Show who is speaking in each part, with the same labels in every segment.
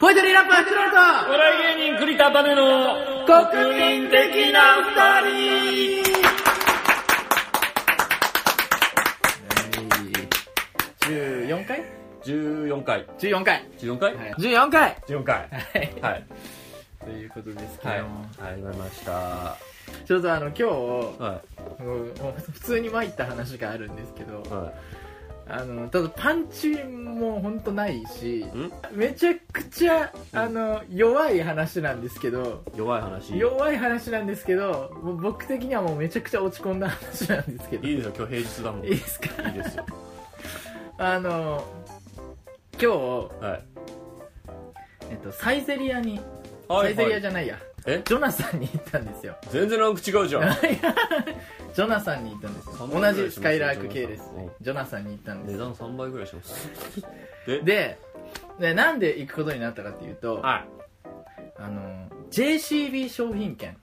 Speaker 1: ポイトリーラップ八郎
Speaker 2: お笑い芸人栗田種の
Speaker 1: と国民的な二人14回
Speaker 2: 14回
Speaker 1: ?14 回
Speaker 2: 14回、はい、
Speaker 1: 14回
Speaker 2: 14回
Speaker 1: はい
Speaker 2: はい
Speaker 1: ということですけ
Speaker 2: はい
Speaker 1: ども、
Speaker 2: 始まりましたは
Speaker 1: ちょっとあの今日、
Speaker 2: い
Speaker 1: もうもう普通に参った話があるんですけど、
Speaker 2: は
Speaker 1: あのただパンチも本当ないし
Speaker 2: ん
Speaker 1: めちゃくちゃ
Speaker 2: うん
Speaker 1: あの弱い話なんですけど
Speaker 2: い弱い話
Speaker 1: 弱い話なんですけどもう僕的にはもうめちゃくちゃ落ち込んだ話なんですけど
Speaker 2: い
Speaker 1: い
Speaker 2: いですよ今日平日だもん
Speaker 1: い
Speaker 2: いい
Speaker 1: ですか
Speaker 2: ですよ
Speaker 1: あの今日、
Speaker 2: はい
Speaker 1: えっと、サイゼリアに
Speaker 2: は
Speaker 1: サ
Speaker 2: い
Speaker 1: イゼリア
Speaker 2: はい
Speaker 1: じゃないや、
Speaker 2: え
Speaker 1: ジョナサンに行ったんですよ
Speaker 2: 全然ランク違うじゃん
Speaker 1: ジョナサンに行ったんですよ
Speaker 2: 三万ぐら
Speaker 1: 同
Speaker 2: い
Speaker 1: じ
Speaker 2: しますよ
Speaker 1: スカイラーク系ですね
Speaker 2: う
Speaker 1: ジョナサンに行ったんで
Speaker 2: 値
Speaker 1: す
Speaker 2: 段3倍ぐらいします で
Speaker 1: ででなんで行くことになったかっていうと、
Speaker 2: はい
Speaker 1: あの JCB 商品券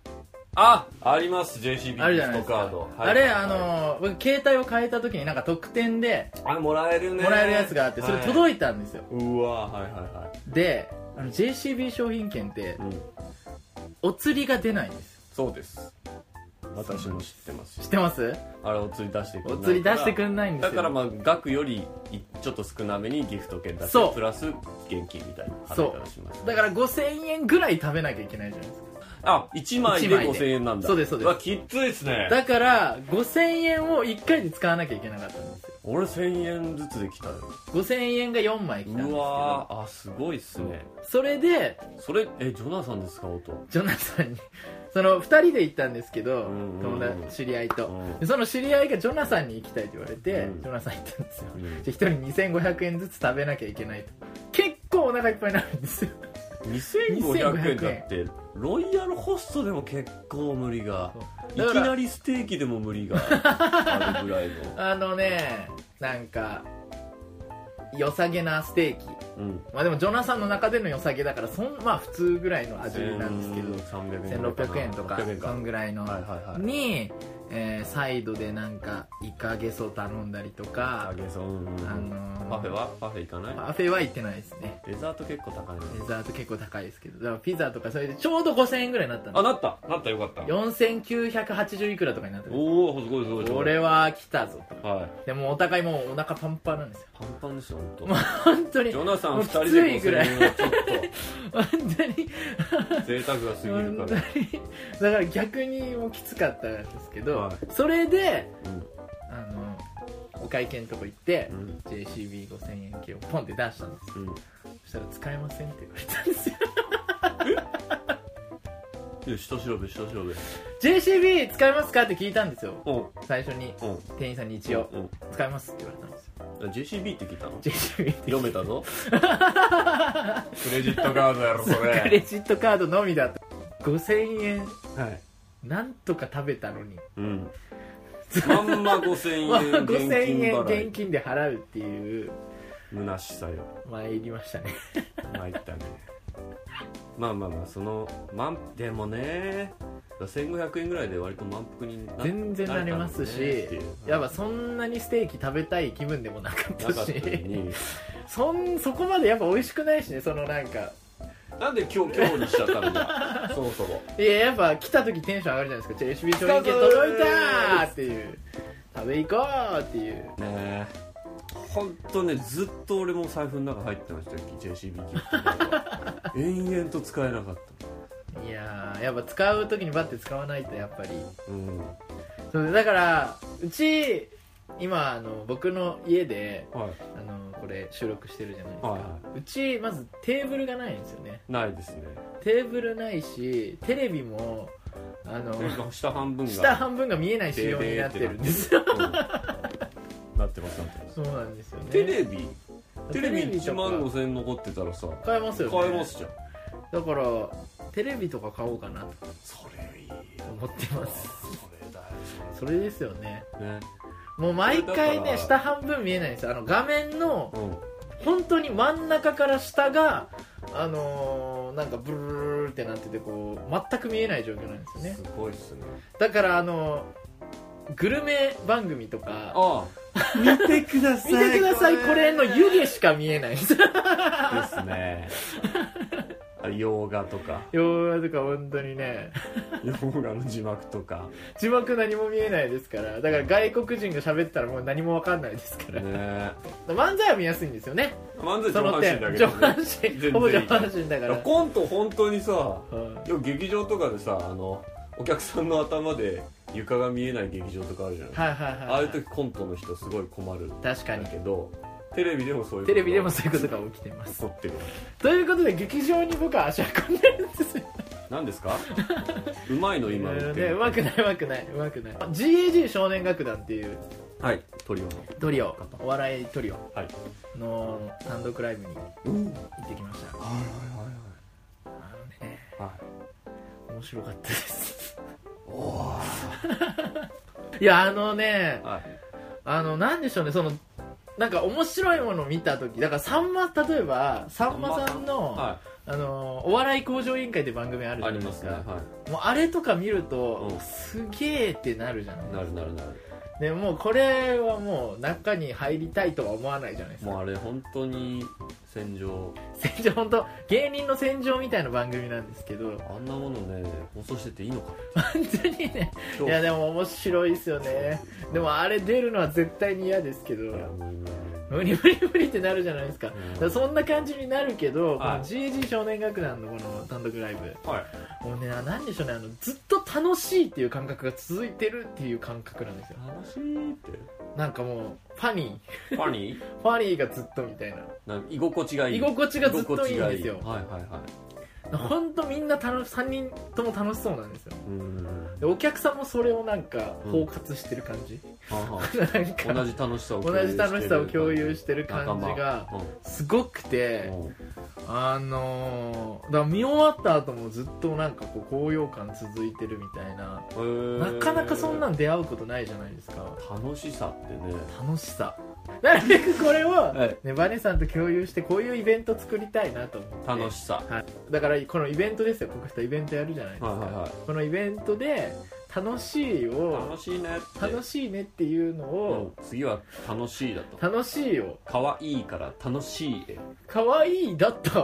Speaker 2: ああります JCB ギ
Speaker 1: あるじゃ
Speaker 2: フ
Speaker 1: ないで
Speaker 2: ト
Speaker 1: す
Speaker 2: カ
Speaker 1: か、
Speaker 2: ード
Speaker 1: あれ、
Speaker 2: はいはい
Speaker 1: あの僕携帯を変えた時になんか特典で
Speaker 2: あもらえるね
Speaker 1: もらえるやつがあってそれ
Speaker 2: はい
Speaker 1: 届いたんですよ、
Speaker 2: うわはいはいは
Speaker 1: であの JCB 商品券って
Speaker 2: いうん
Speaker 1: お釣りが出ないんです
Speaker 2: そうです私も知ってます
Speaker 1: 知
Speaker 2: よ
Speaker 1: ってます
Speaker 2: あれお釣り出してくれ
Speaker 1: お
Speaker 2: ない
Speaker 1: 釣り出してくんないんです
Speaker 2: だ
Speaker 1: よ
Speaker 2: からまあ額よりちょっと少なめにギフト券出し
Speaker 1: そう
Speaker 2: てプラス現金みたいな
Speaker 1: そう
Speaker 2: 払い方します
Speaker 1: だから5000円ぐらい食べなきゃいけないじゃないですか
Speaker 2: あ一1枚
Speaker 1: 一
Speaker 2: で
Speaker 1: 枚で
Speaker 2: 5000円なんだ
Speaker 1: そうですそうです
Speaker 2: わきっついですね
Speaker 1: だから5000円を1回で使わなきゃいけなかったんですよ
Speaker 2: 俺1000円ずつできたよ
Speaker 1: 5000円が4枚来たんですけ
Speaker 2: う
Speaker 1: ど
Speaker 2: わーあすごいっすね
Speaker 1: それで
Speaker 2: それえジョナサンで使おうと
Speaker 1: ジョナサンにその2人で行ったんですけど
Speaker 2: うんうんう
Speaker 1: 友
Speaker 2: ん
Speaker 1: 達知り合いうと
Speaker 2: ん
Speaker 1: でその知り合いがジョナサンに行きたいって言われて、
Speaker 2: うん
Speaker 1: ジョナサン行ったんですよ
Speaker 2: うん
Speaker 1: で1人2500円ずつ食べなきゃいけないと結構お腹いっぱいになるんですよ
Speaker 2: 2500円だってロイヤルホストでも結構無理がいき
Speaker 1: だから
Speaker 2: なりステーキでも無理があるぐらいの
Speaker 1: あのねなんか良さげなステーキ
Speaker 2: うん
Speaker 1: まあでもジョナサンの中での良さげだからそんまあ普通ぐらいの味なんですけど
Speaker 2: 300円
Speaker 1: 1600円とか
Speaker 2: 600円
Speaker 1: そんぐらいの
Speaker 2: はいはいはい
Speaker 1: に、えーサイドでなんかイカゲソ頼んだりと
Speaker 2: あ
Speaker 1: か
Speaker 2: げそう、うんうん
Speaker 1: あのー
Speaker 2: パフェはパフェ行かない、
Speaker 1: パフェは行ってないですね
Speaker 2: デザート結構高いね
Speaker 1: デザート結構高いですけどだからピザとかそれでちょうど5000円ぐらいになったん
Speaker 2: あ
Speaker 1: で
Speaker 2: なったなったよかった
Speaker 1: 4980いくらとかになったんで
Speaker 2: おおすごいすごい
Speaker 1: す
Speaker 2: すご
Speaker 1: こ
Speaker 2: い
Speaker 1: れは来たぞと
Speaker 2: はい
Speaker 1: でもお互いもうお腹パンパンなん ですよ
Speaker 2: パンパンですよ本当。
Speaker 1: 本当に
Speaker 2: ジ
Speaker 1: 本
Speaker 2: ョナサン
Speaker 1: もう
Speaker 2: 2人で
Speaker 1: きついぐらい
Speaker 2: 5000円はちょっ
Speaker 1: 当に
Speaker 2: と贅沢が過ぎる
Speaker 1: 本
Speaker 2: か
Speaker 1: 当
Speaker 2: ら
Speaker 1: にだから逆にもうきつかったんですけど、
Speaker 2: はい
Speaker 1: それで
Speaker 2: うん
Speaker 1: あのお会計のとこ行って、
Speaker 2: うん
Speaker 1: JCB5000 円券をポンって出したんですよ
Speaker 2: うん
Speaker 1: そしたら使えませんって言われたん ですよ
Speaker 2: いや下調べ下調べ
Speaker 1: JCB 使えますかって聞いたんですよ
Speaker 2: うん
Speaker 1: 最初に
Speaker 2: うん
Speaker 1: 店員さんに一応
Speaker 2: うん
Speaker 1: 使えますって言われたんですよ
Speaker 2: あ JCB って聞いたの
Speaker 1: JCB って
Speaker 2: 読めた ぞクレジットカードやろそ
Speaker 1: クレ
Speaker 2: れ
Speaker 1: ジットカードのみだと5000円
Speaker 2: はい
Speaker 1: なんとか食べたのに
Speaker 2: うんまんま5000円現 金
Speaker 1: 5000円
Speaker 2: 払
Speaker 1: 現
Speaker 2: い
Speaker 1: 金で払うっていう
Speaker 2: 虚しさよ
Speaker 1: 参りましたね
Speaker 2: 参ったねまあまあまあその満でもね1500円ぐらいで割と満腹にな
Speaker 1: 全然なれます
Speaker 2: なれ
Speaker 1: した
Speaker 2: んだねっていう
Speaker 1: やっぱそんなにステーキ食べたい気分でもなかった
Speaker 2: なかったの
Speaker 1: し
Speaker 2: に
Speaker 1: そんそこまでやっぱ美味しくないしねそのなんか
Speaker 2: なんで今日今日にしちゃったのじゃ あそもそも
Speaker 1: いややっぱ来た時テンション上がるじゃないですか JCB 商品券届いたーっていう食べ行こうっていう
Speaker 2: ねほんとねずっと俺も財布の中入ってましたよ JCB ギフトカ ード延々と使えなかっ
Speaker 1: いやーやっぱ使う時にバッて使わないとやっぱり
Speaker 2: たうんは
Speaker 1: そうだからうち今あの僕の家で
Speaker 2: い
Speaker 1: あのこれ収録してるじゃないですか、
Speaker 2: はいは
Speaker 1: うちまずテーブルがないんですよね
Speaker 2: ないですね
Speaker 1: テーブルないしテレビもあの
Speaker 2: なんか下半分が
Speaker 1: 下半分が見えない仕様になってるんですよ
Speaker 2: うんなってますなってます
Speaker 1: そうなんですよね
Speaker 2: テレビテレビ1
Speaker 1: と
Speaker 2: 万
Speaker 1: か
Speaker 2: 5000円残ってたらさ
Speaker 1: 買えますよね
Speaker 2: 買えますじゃん
Speaker 1: だからテレビとか買おうかなと
Speaker 2: それいい
Speaker 1: 思ってます
Speaker 2: それだよ
Speaker 1: それですよね
Speaker 2: ね
Speaker 1: もう毎回
Speaker 2: それ
Speaker 1: ね
Speaker 2: だ
Speaker 1: 下
Speaker 2: か
Speaker 1: 半分見えないんですよあの画面の
Speaker 2: うん
Speaker 1: 本当に真ん中から下があのーなんかブルルルルってなっててこう全く見えない状況なんですよね
Speaker 2: すごいっすね
Speaker 1: だからあのーグルメ番組とか
Speaker 2: ああ見てくださ
Speaker 1: 見てくださいこれの
Speaker 2: で
Speaker 1: 湯気しか見えない
Speaker 2: すねあ洋画とか
Speaker 1: 洋画とか本当にね
Speaker 2: 洋画の字幕とか
Speaker 1: 字幕何も見えないですからだから外国人が喋ってたらもう何も分かんないですから、
Speaker 2: ね
Speaker 1: 漫才は見やすいんですよね
Speaker 2: 漫才
Speaker 1: そ
Speaker 2: 上
Speaker 1: の
Speaker 2: 半
Speaker 1: 点
Speaker 2: 身だけ
Speaker 1: 上
Speaker 2: ど、
Speaker 1: 半
Speaker 2: ね、
Speaker 1: 身
Speaker 2: 然
Speaker 1: ほぼ上半身だから
Speaker 2: だからコント本当にさ
Speaker 1: うん
Speaker 2: よく劇場とかでさあのお客さんの頭で床が見えない劇場とかあるじゃない、
Speaker 1: はいはいはい、はい、
Speaker 2: ああいう時コントの人すごい困るん
Speaker 1: 確か
Speaker 2: だ
Speaker 1: に
Speaker 2: けどテレビでもそういう
Speaker 1: テレビでもそういうことが起きてます
Speaker 2: 怒ってる
Speaker 1: ということで劇場に僕は足を運んでるんですよ
Speaker 2: 何で すかうまいの今のって
Speaker 1: ねうまくないうまくないうまくない GAG 少年楽団っていう
Speaker 2: はいトリオの
Speaker 1: トリオお笑いトリオ
Speaker 2: はい
Speaker 1: の単独ライブに行
Speaker 2: うん
Speaker 1: ってきました
Speaker 2: はいは
Speaker 1: あのね
Speaker 2: いはいはい
Speaker 1: 面白かったです
Speaker 2: おお
Speaker 1: いやあのね
Speaker 2: はい
Speaker 1: あのなんでしょうねそのなんか面白いものを見た時だからさんま例えばさんまさんの、
Speaker 2: は
Speaker 1: あのお笑い向上委員会って番組ある
Speaker 2: い
Speaker 1: じゃ
Speaker 2: あ
Speaker 1: ない
Speaker 2: り
Speaker 1: で
Speaker 2: ますす
Speaker 1: か
Speaker 2: ねは
Speaker 1: もうあれとか見ると、
Speaker 2: うん
Speaker 1: すげえってなるじゃないです
Speaker 2: い
Speaker 1: か
Speaker 2: なるなるなる
Speaker 1: でもうこれはもう中に入りたいとは思わないじゃないです
Speaker 2: も
Speaker 1: か
Speaker 2: うあれ本当に戦場
Speaker 1: 戦場本当芸人の戦場みたいな番組なんですけど
Speaker 2: あんなものね放送してていいのか
Speaker 1: 本当にねい
Speaker 2: 今日
Speaker 1: やでも面白いですよねでもあれ出るのは絶対に嫌ですけど
Speaker 2: いやもう今
Speaker 1: 無理無理無理ってなるじゃないですか,、
Speaker 2: ん
Speaker 1: そんな感じになるけど、
Speaker 2: はい
Speaker 1: この GAG 少年楽団のこの単独ライブ
Speaker 2: はい
Speaker 1: もうね何でしょうねあのずっと楽しいっていう感覚が続いてるっていう感覚なんですよ
Speaker 2: 楽しいって
Speaker 1: なんかもうファニー
Speaker 2: ファニー
Speaker 1: ファニーがずっとみたいな
Speaker 2: なんか居心地がいい
Speaker 1: 居心地がずっといいんですよ
Speaker 2: 居心地がいいはいはいはい
Speaker 1: 本当みんな楽し3人とも楽しそうなんですよ
Speaker 2: うん
Speaker 1: でお客さんもそれをなんか
Speaker 2: うん
Speaker 1: 包括してる感じ、
Speaker 2: は
Speaker 1: なん
Speaker 2: んはん同
Speaker 1: か
Speaker 2: じ楽しさを共有
Speaker 1: 同
Speaker 2: し
Speaker 1: じ
Speaker 2: てる
Speaker 1: 楽しさを共有してる感じが
Speaker 2: 仲間
Speaker 1: すごくて
Speaker 2: うんうん
Speaker 1: あのー、だから見終わった後もずっとなんかこう高揚感続いてるみたいな
Speaker 2: へー
Speaker 1: なかなかそんなん出会うことないじゃないですか
Speaker 2: 楽しさってね
Speaker 1: 楽しさなるべくこれを、
Speaker 2: はい
Speaker 1: ね、バネさんと共有してこういうイベント作りたいなと思って
Speaker 2: 楽しさ
Speaker 1: はい、だからこのイベントですよ僕2イベントやるじゃないですか、
Speaker 2: はいはいはい
Speaker 1: このイベントで楽しいを
Speaker 2: 楽しいねって
Speaker 1: 楽しいねっていうのを
Speaker 2: うん次は楽しいだと
Speaker 1: 楽しいを
Speaker 2: 可愛いから楽しいへ
Speaker 1: 可愛いだった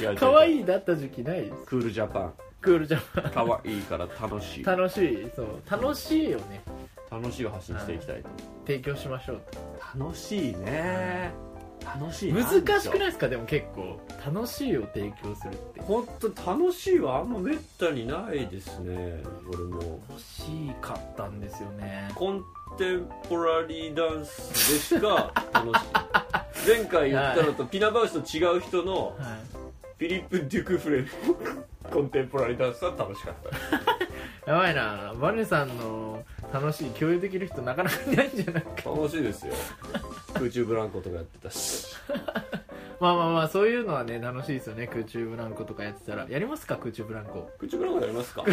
Speaker 2: 違う違う
Speaker 1: 可愛いだった時期ないです
Speaker 2: クールジャパン
Speaker 1: クールじゃん
Speaker 2: 可愛いから楽しい
Speaker 1: 楽しいそう楽しいをね
Speaker 2: 楽しいを発信していきたいと
Speaker 1: 提供しましょうと
Speaker 2: 楽しいね楽しい
Speaker 1: 難しくない
Speaker 2: い
Speaker 1: ですかでも結構楽しいを提供するって
Speaker 2: 本当楽しいはあんまめったにないですね俺も
Speaker 1: 楽しかったんですよね
Speaker 2: コンテンポラリーダンス でしか楽しい前回言ったのとピナバウスと違う人の
Speaker 1: はい
Speaker 2: フィリップ・デュクフレのコンテンポラリーダンスは楽しかった
Speaker 1: やばいなバネさんの楽しい共有できる人なかなかいないんじゃない
Speaker 2: 楽しいですよ空中ブランコとかやってたし
Speaker 1: まあまあまあそういうのはね楽しいですよね空中ブランコとかやってたらやりますか空中ブランコ
Speaker 2: 空中ブランコやります か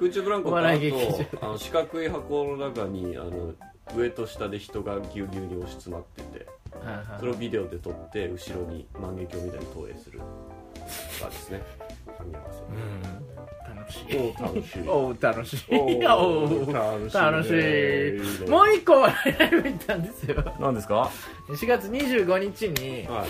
Speaker 2: 空中ブランコ
Speaker 1: お
Speaker 2: と
Speaker 1: 笑い
Speaker 2: あ
Speaker 1: 劇場
Speaker 2: とあの四角い箱の中にあの上と下で人がぎゅうぎゅうに押し詰まってて
Speaker 1: はいはい
Speaker 2: それをビデオで撮って後ろに万華鏡みたいに投影するとかですね噛み合わ
Speaker 1: うん楽し
Speaker 2: せ
Speaker 1: い
Speaker 2: お楽しい
Speaker 1: おう楽しい お
Speaker 2: お
Speaker 1: う
Speaker 2: 楽しい
Speaker 1: 楽しいもう一個笑いライブ行ったんですよ
Speaker 2: 何ですか
Speaker 1: 4月25日に、
Speaker 2: はい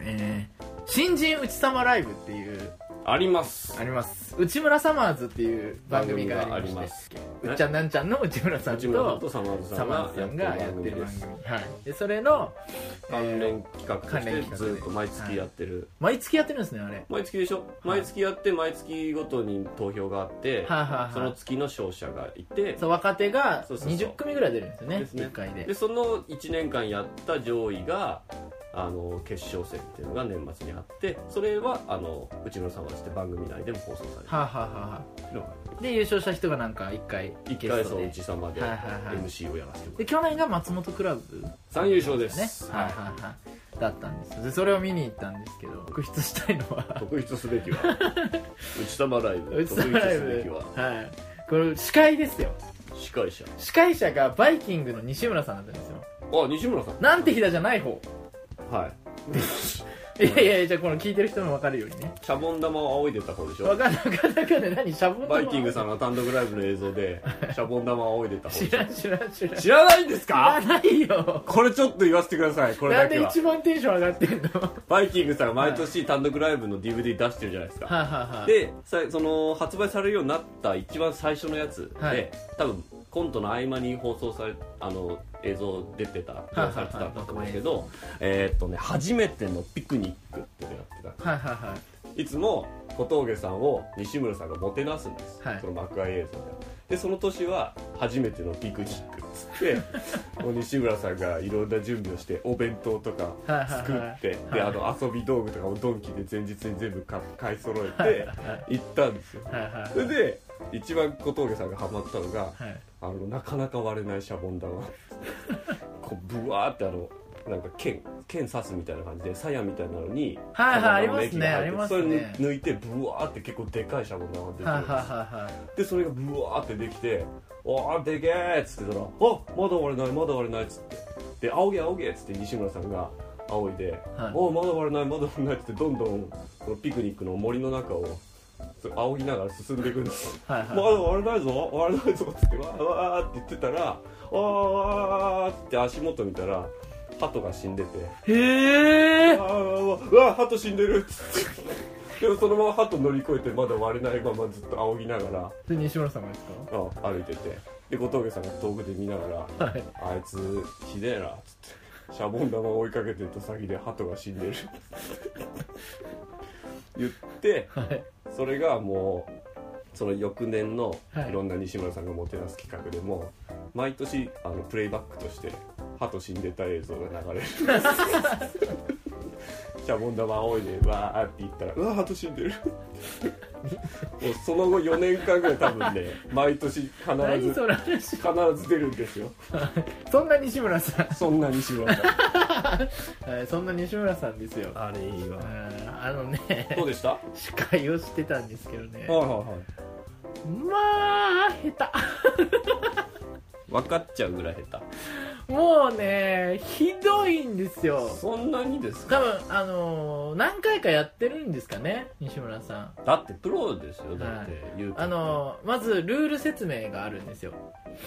Speaker 1: えー新人内様ライブっていう
Speaker 2: あります
Speaker 1: あります内村サマーズっていう番組がありましてうっちゃんなんちゃんの内村さん
Speaker 2: 内村さん
Speaker 1: と
Speaker 2: とサマーズさ
Speaker 1: サ
Speaker 2: ん
Speaker 1: マーズさんが
Speaker 2: が
Speaker 1: や
Speaker 2: や
Speaker 1: っ
Speaker 2: ってて
Speaker 1: る
Speaker 2: る
Speaker 1: 番
Speaker 2: 番組です
Speaker 1: 組、はい、でそれの、えー
Speaker 2: 関連企画と
Speaker 1: 関連
Speaker 2: し
Speaker 1: 企
Speaker 2: て
Speaker 1: 画で
Speaker 2: ずっと毎月やってる
Speaker 1: 毎月やってるんですねあれ
Speaker 2: 毎月でしょ
Speaker 1: はい
Speaker 2: 毎月やって毎月ごとに投票があって
Speaker 1: はいはいはい
Speaker 2: その月の勝者がいて
Speaker 1: そう若手が
Speaker 2: そうそうそう
Speaker 1: 20組ぐらい出るんですよね
Speaker 2: ですね
Speaker 1: 1回で
Speaker 2: でその1年間やった上位があの決勝戦っていうのが年末にあってそれはあの内村さんはして番組内でも放送され
Speaker 1: はあ、はあは
Speaker 2: てるのが
Speaker 1: あ、で優勝した人がなんか1回
Speaker 2: 1
Speaker 1: ゲ
Speaker 2: 回
Speaker 1: ス
Speaker 2: そ
Speaker 1: ト
Speaker 2: の
Speaker 1: で
Speaker 2: 内様で
Speaker 1: はいはいはい
Speaker 2: MC をやらせてもら
Speaker 1: で去年が松本クラブ
Speaker 2: う3優勝で
Speaker 1: ね
Speaker 2: す
Speaker 1: はい
Speaker 2: は
Speaker 1: はいいはいだったんですよでそれを見に行ったんですけど 特筆したいのは
Speaker 2: 特筆す べきは内様ライブ
Speaker 1: 内
Speaker 2: 特
Speaker 1: 様
Speaker 2: 筆
Speaker 1: ライ
Speaker 2: すべ
Speaker 1: ブ
Speaker 2: きは
Speaker 1: はいこれ司会ですよ
Speaker 2: 司会者
Speaker 1: 司会者がバイキングの西村さんだったんですよ
Speaker 2: あ西村さん
Speaker 1: なんて日だじゃない方
Speaker 2: はい
Speaker 1: いやいやいやじゃあこの聞いてる人も分かるようにね
Speaker 2: シャボン玉を仰いでた方でし
Speaker 1: 分
Speaker 2: ょ
Speaker 1: かんなかったかね何シャボン玉
Speaker 2: バイキングさんの単独ライブの映像でシャボン玉を仰いでた方で
Speaker 1: 知
Speaker 2: しょ
Speaker 1: らん知らん知らん知
Speaker 2: 知らないんですから
Speaker 1: ないよ
Speaker 2: これちょっと言わせてくださいこれ
Speaker 1: な
Speaker 2: だ
Speaker 1: ん
Speaker 2: け
Speaker 1: で
Speaker 2: は
Speaker 1: 一番テンション上がってんのは
Speaker 2: バイキングさんが毎年単独ライブの DVD 出してるじゃないですか
Speaker 1: あ、はあはあ
Speaker 2: でさその発売されるようになった一番最初のやつで、
Speaker 1: はい
Speaker 2: 多分コントの合間に放送されあの映像出てた
Speaker 1: い
Speaker 2: 放送されてたんだと思うんですけどえーっとね初めてのピクニックっていうのやって
Speaker 1: はいはいはい
Speaker 2: たいつも小峠さんを西村さんがもてなすんです、
Speaker 1: はい
Speaker 2: その幕開映像ででその年は初めてのピクニックっつ ってもう西村さんがいろんな準備をしてお弁当とか
Speaker 1: はいはい
Speaker 2: 作ってであの遊び道具とかもドンキで前日に全部買買い揃え
Speaker 1: はい
Speaker 2: て行ったんですよ
Speaker 1: はいはい
Speaker 2: それで一番小峠さんがハマったのが
Speaker 1: はい
Speaker 2: あのなかなか割れないシャボン玉 こうブワーってあのなんか剣剣刺すみたいな感じで鞘みたいなのに
Speaker 1: はいはいあり
Speaker 2: シャ
Speaker 1: ます
Speaker 2: ボン玉の液
Speaker 1: ね
Speaker 2: が入って
Speaker 1: ありますね
Speaker 2: それ抜いてブワーって結構でかいシャボン玉が出てく
Speaker 1: はい
Speaker 2: る
Speaker 1: はい
Speaker 2: んです
Speaker 1: は
Speaker 2: でそれがブワーってできて「おーでけえ!」っつってたら「あまだ割れないまだ割れない」っつって「で仰げ仰げ!」っつって西村さんが仰いで「
Speaker 1: はい
Speaker 2: おーまだ割れないまだ割れない」っつってどんどんこのピクニックの森の中をそう仰ぎながら進んでいくんですよ
Speaker 1: いはいはい
Speaker 2: まだ割れないぞ割れないぞっつってわーわーって言ってたらわーわーって足元見たら鳩が死んでて
Speaker 1: へえ
Speaker 2: わーわーわーわー鳩死んでるっつってでもそのまま鳩乗り越えてまだ割れないままずっと仰ぎながら
Speaker 1: それ西村さんがです
Speaker 2: あ歩いててで小峠さんが遠くで見ながら
Speaker 1: かはい
Speaker 2: 「あいつひでえな」っつってシャボン玉を追いかけてると先で鳩が死んでる 言って
Speaker 1: はい
Speaker 2: それがもうその翌年の
Speaker 1: はい
Speaker 2: いろんな西村さんがもてなす企画でも毎年あのプレイバックとして鳩死んでた映像が流れる シャボン玉仰いでわーって言ったらうわ鳩死んでるもうその後4年間ぐらい多 分ね毎年必
Speaker 1: 何
Speaker 2: ず
Speaker 1: その話
Speaker 2: 必ず出るんですよ
Speaker 1: そんな西村さん
Speaker 2: そんな西村さん
Speaker 1: はいそんな西村さんですよ
Speaker 2: あれいいわ
Speaker 1: うんあのね
Speaker 2: どうでしたは
Speaker 1: 司会をしてたんですけどね
Speaker 2: いはいはい
Speaker 1: まあ下
Speaker 2: 分かっちゃうぐらい下
Speaker 1: 手もうねひどいんですよ
Speaker 2: 手そんなにですか
Speaker 1: 多分あのー何回かやってるんですかね西村さん
Speaker 2: だってプロですよだって言うと
Speaker 1: あのーまずルール説明があるんですよ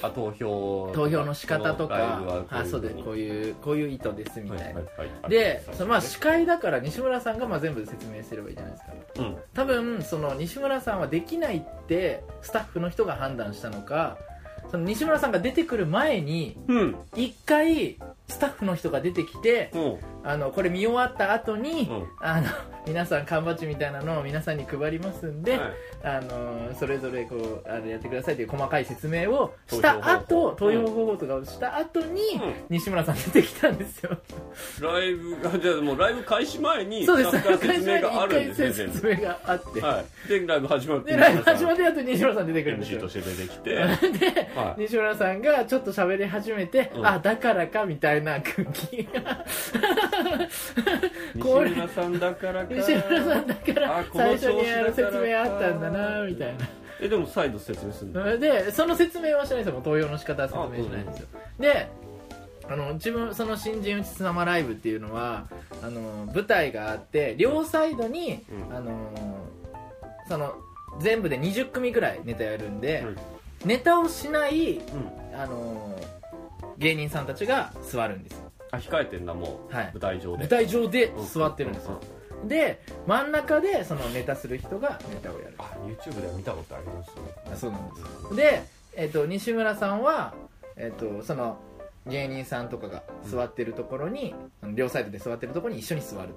Speaker 2: あ投票
Speaker 1: 投票の仕方と
Speaker 2: このライ
Speaker 1: か
Speaker 2: ブは
Speaker 1: あそうですこういうこういう意図ですみたいな、
Speaker 2: な
Speaker 1: でそのまあ司会だから西村さんがまあ全部説明すればいいじゃないですか
Speaker 2: うん
Speaker 1: 多分その西村さんはできないってスタッフの人が判断したのかその西村さんが出てくる前に
Speaker 2: うん
Speaker 1: 一回スタッフの人が出てきて
Speaker 2: うん
Speaker 1: あのこれ見終わった後に、
Speaker 2: うん
Speaker 1: あの 皆さん缶バッジみたいなのを皆さんに配りますんで、
Speaker 2: はい
Speaker 1: あのそれぞれこうあのやってくださいという細かい説明をした後
Speaker 2: 投
Speaker 1: 投
Speaker 2: 票
Speaker 1: 票
Speaker 2: 方
Speaker 1: 方
Speaker 2: 法
Speaker 1: 法とかをした後に、
Speaker 2: うん
Speaker 1: 西村さん出てきたんです よ、
Speaker 2: ライブがじゃあもうライブ開始前に
Speaker 1: そうです
Speaker 2: スタッフから説明がある んですね
Speaker 1: 一回
Speaker 2: 全
Speaker 1: 説明があって、
Speaker 2: 部はいでライブ始まって
Speaker 1: でライブ始まって後に西村さん出てくるんですよ
Speaker 2: MC として出てきて
Speaker 1: で
Speaker 2: は
Speaker 1: 西村さんがちょっと喋り始めて、
Speaker 2: うん
Speaker 1: あだからかみたいな空 気が
Speaker 2: い
Speaker 1: これ
Speaker 2: 西村さんだからか
Speaker 1: 西村さんだから
Speaker 2: あこの
Speaker 1: 最初にやる
Speaker 2: 調子だ
Speaker 1: 説
Speaker 2: から
Speaker 1: 明あったんだなみたいな
Speaker 2: えでも再度説明するの
Speaker 1: でその説明はしないですよもう投票の仕方は説明しないんですよであの自分その新人うちすなまライブっていうのはあの舞台があって両サイドに、
Speaker 2: うん
Speaker 1: あのその全部で20組ぐらいネタやるんで、
Speaker 2: うん
Speaker 1: ネタをしない
Speaker 2: うん
Speaker 1: あの芸人さんたちが座るんですよ、
Speaker 2: あ控えてんだもう
Speaker 1: はい
Speaker 2: 舞、台上で
Speaker 1: 舞台上で座ってるんですよ、で真ん中でそのネタする人がネタをやる
Speaker 2: あ YouTube では見たことありますよ
Speaker 1: あそうなんですで、えっと西村さんは、えっとその芸人さんとかが座ってるところに、その両サイドで座ってるところに一緒に座る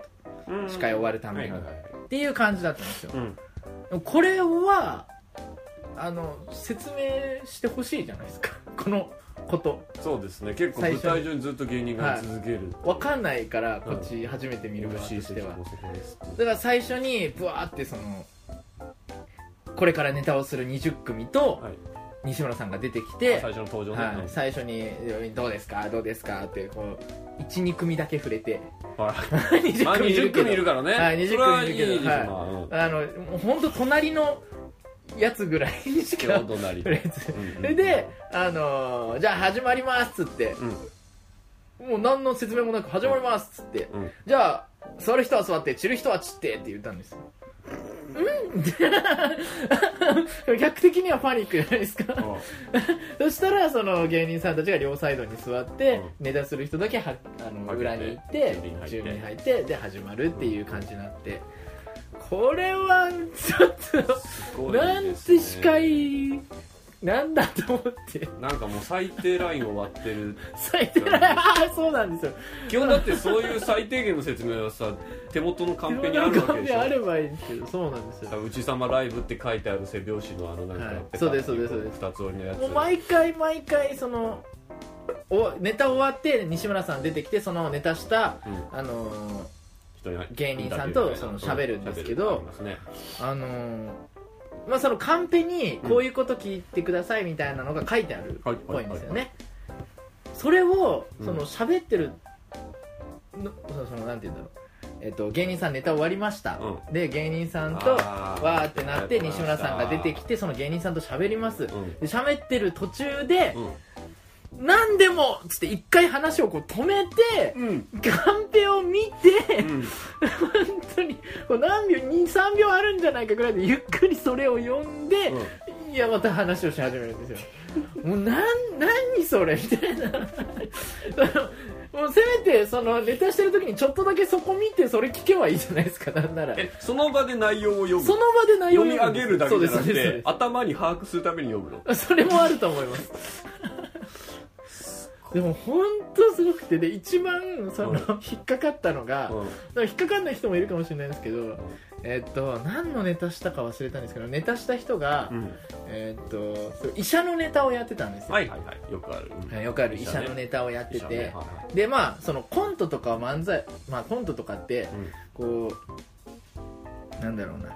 Speaker 1: と
Speaker 2: うん
Speaker 1: 司会終わるため
Speaker 2: はい
Speaker 1: に、
Speaker 2: はいはい
Speaker 1: っていう感じだったんですよ
Speaker 2: う、ん
Speaker 1: でもこれはあの説明してほしいじゃないですか このこと
Speaker 2: そうですね結構舞台上にずっと芸人が居続ける、
Speaker 1: わかんないからこっち初めて見る側としては、だから最初にブワーってそのこれからネタをする20組と
Speaker 2: はい
Speaker 1: 西村さんが出てき
Speaker 2: 最
Speaker 1: て、
Speaker 2: 初の登場ね、
Speaker 1: はい、最初に「どうですかどうですか?」ってこう12組だけ触れて
Speaker 2: はい
Speaker 1: 20
Speaker 2: まあ、
Speaker 1: 組いる
Speaker 2: 20
Speaker 1: け
Speaker 2: 組
Speaker 1: ど
Speaker 2: いるからね、
Speaker 1: はい20組
Speaker 2: それはいい
Speaker 1: る
Speaker 2: い
Speaker 1: けど
Speaker 2: です
Speaker 1: はい
Speaker 2: まあ うん
Speaker 1: あのもう本当隣のやつぐらいにしか
Speaker 2: 両隣
Speaker 1: 触れず
Speaker 2: うんうん
Speaker 1: それで、あのーじゃあ始まります」っつって
Speaker 2: うん
Speaker 1: もう何の説明もなく「始まります」っつって
Speaker 2: うん
Speaker 1: じゃあ座る人は座って散る人は散ってって言ったんですようん 逆的にはパニックじゃないです か
Speaker 2: うん
Speaker 1: そしたらその芸人さんたちが両サイドに座って、
Speaker 2: うん
Speaker 1: ネタする人だけはあの
Speaker 2: 分けて
Speaker 1: 裏に行って
Speaker 2: 準
Speaker 1: 準
Speaker 2: 備
Speaker 1: 備
Speaker 2: に
Speaker 1: に
Speaker 2: 入
Speaker 1: 入ってで始まるっていう感じになって、これはちょっ
Speaker 2: す
Speaker 1: と、
Speaker 2: ごいですね
Speaker 1: なんて司会なんだと思って
Speaker 2: なんかもう最低ラインを割ってる
Speaker 1: 最低なあーそうなんですよ
Speaker 2: 基本だってそういう最低限の説明はさ手元のカンペにあるわけでし
Speaker 1: あ
Speaker 2: ょ
Speaker 1: ればいいんですけどそうなんですよ
Speaker 2: うちさまライブって書いてある背表紙のあのなんか、
Speaker 1: はい
Speaker 2: ペタッ
Speaker 1: そうですそうですそうです
Speaker 2: 二つ折りのやつ
Speaker 1: もう毎回毎回そのおネタ終わって西村さん出てきてそのネタした、
Speaker 2: うん
Speaker 1: あのー
Speaker 2: 人に
Speaker 1: 芸人さんとその喋るんですけど
Speaker 2: 喋るありますね
Speaker 1: あのーまあそのカンペにこういうこと聞いてくださいみたいなのが書いてある
Speaker 2: はい
Speaker 1: っぽいんですよ
Speaker 2: はいは
Speaker 1: ねそれを
Speaker 2: うん
Speaker 1: その喋ってるのそのそのなんて言うんだろうえっと芸人さんネタ終わりました、
Speaker 2: う
Speaker 1: で芸人さんと
Speaker 2: あー
Speaker 1: わーってなって西村さんが出てきてその芸人さんと喋ります、で
Speaker 2: うん
Speaker 1: 喋ってる途中で
Speaker 2: うん
Speaker 1: 「何でも!」っつって一回話をこう止めて
Speaker 2: うん
Speaker 1: カンペを見て、
Speaker 2: うん
Speaker 1: 本当にこう何秒23秒あるんじゃないかぐらいでゆっくりそれを読んで、いやまた話をし始めるんですよもうなん何それみたいな そのもうせめてそのネタしてる時にちょっとだけそこ見てそれ聞けばいいじゃないですかなんなら
Speaker 2: えその場で内容を読む
Speaker 1: その場で内容
Speaker 2: 読み上げるだけじ
Speaker 1: そう
Speaker 2: ゃなく
Speaker 1: ですそう
Speaker 2: て
Speaker 1: ですそう
Speaker 2: 頭に把握するために読むの
Speaker 1: ですそれもあると思いますでも本当すごくてで一番その、
Speaker 2: うん
Speaker 1: 引っかかったのが、
Speaker 2: うん
Speaker 1: でも引っかかんない人もいるかもしれないんですけど、えっと何のネタしたか忘れたんですけどネタした人が、
Speaker 2: うん
Speaker 1: えっとそう医者のネタをやってたんですよ、
Speaker 2: はいはいはいよくあるうん
Speaker 1: はいよくある医者のネタをやって
Speaker 2: 医
Speaker 1: て、
Speaker 2: 者ねはいはい
Speaker 1: でまあそのコントとか漫才、まあ、コントとかって
Speaker 2: うん
Speaker 1: こうなんだろうな、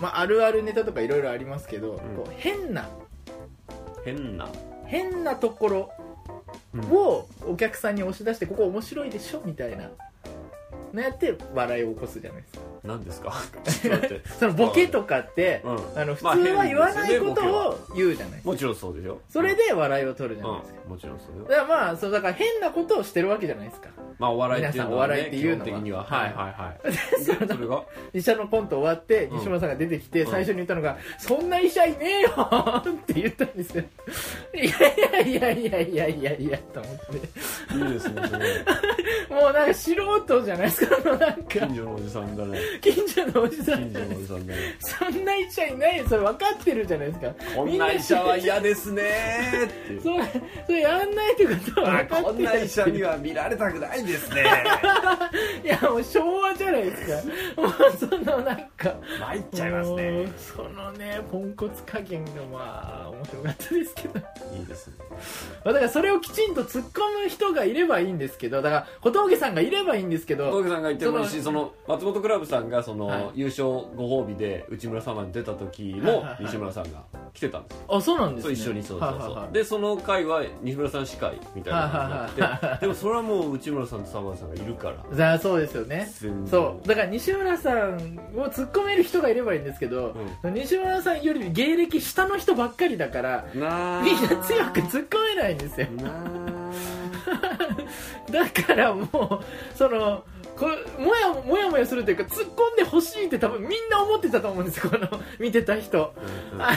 Speaker 1: まあ、あるあるネタとかいろいろありますけど、
Speaker 2: ん
Speaker 1: こう変な
Speaker 2: 変な
Speaker 1: 変なところをお客さんに押し出してここ面白いでしょみたいなのやって笑いを起こすじゃないですか
Speaker 2: 何で すか ちょっと待って
Speaker 1: そのボケとかって、
Speaker 2: うん
Speaker 1: あの普通
Speaker 2: まあ
Speaker 1: は言わな
Speaker 2: 変です
Speaker 1: い
Speaker 2: よね
Speaker 1: ことを言うじゃないですか、
Speaker 2: もちろんそうでしょ
Speaker 1: それで笑いを取るじ
Speaker 2: う
Speaker 1: ゃ
Speaker 2: ん
Speaker 1: ないですか、
Speaker 2: もちろんそうよ
Speaker 1: だからまあそうだから変なことをしてるわけじゃないですか
Speaker 2: まあお笑いっていうのはね
Speaker 1: 皆さんお笑いっていうのは
Speaker 2: 基本的には
Speaker 1: は
Speaker 2: はい いはいはいでそれが
Speaker 1: 医者のコント終わって
Speaker 2: うん
Speaker 1: 西村さんが出てきて
Speaker 2: うん
Speaker 1: 最初に言ったのが「そんな医者いねえよ!」って言ったんですよいやいやいやいやいやいやと思って
Speaker 2: いいですねそれ
Speaker 1: もうなんか素人じゃないですかもうなんか
Speaker 2: 近所のおじさんだね
Speaker 1: 近所のおじさん
Speaker 2: 近所のおじさんだね
Speaker 1: そんな医者いないよそれ分かってるじゃないですか
Speaker 2: こ
Speaker 1: み
Speaker 2: ん
Speaker 1: な
Speaker 2: な医者は嫌ですねーって
Speaker 1: それそれやんないってことは
Speaker 2: あ
Speaker 1: 分かって
Speaker 2: こんな医者には見られたくないですね
Speaker 1: いやもう昭和じゃないです かもうそのなんか
Speaker 2: 参っちゃいますね
Speaker 1: もうそのねポンコツ加減がまあ面白かったですけど
Speaker 2: いいですね
Speaker 1: まあだからそれをきちんと突っ込む人がいればいいんですけどだから小峠さんがいればいいんですけ
Speaker 2: 小
Speaker 1: ど
Speaker 2: 峠さんが言ってもいいしその松本クラブさんがその、
Speaker 1: はい
Speaker 2: 優勝ご褒美で内村様に出た時
Speaker 1: はい
Speaker 2: も
Speaker 1: はいはい
Speaker 2: 西村さんが来てたんですよ、
Speaker 1: あそうなんです
Speaker 2: そう
Speaker 1: ね
Speaker 2: 一緒にそうそ
Speaker 1: は
Speaker 2: う
Speaker 1: い
Speaker 2: そう、
Speaker 1: はいはい
Speaker 2: でその回は西村さん司会みたいな感じにな
Speaker 1: は
Speaker 2: っ
Speaker 1: い
Speaker 2: て、でもそれはもう内村さんと沢村さんがいるから
Speaker 1: じゃあそうですよね
Speaker 2: 全然
Speaker 1: そうだから西村さんを突っ込める人がいればいいんですけど、西村さんより芸歴下の人ばっかりだから
Speaker 2: なあ
Speaker 1: みんな強く突っ込めないんですよ
Speaker 2: なあ
Speaker 1: だからもうそのこもやもやもやするというか突っ込んでほしいって多分みんな思ってたと思うんですよこの見てた人
Speaker 2: うんうん
Speaker 1: あの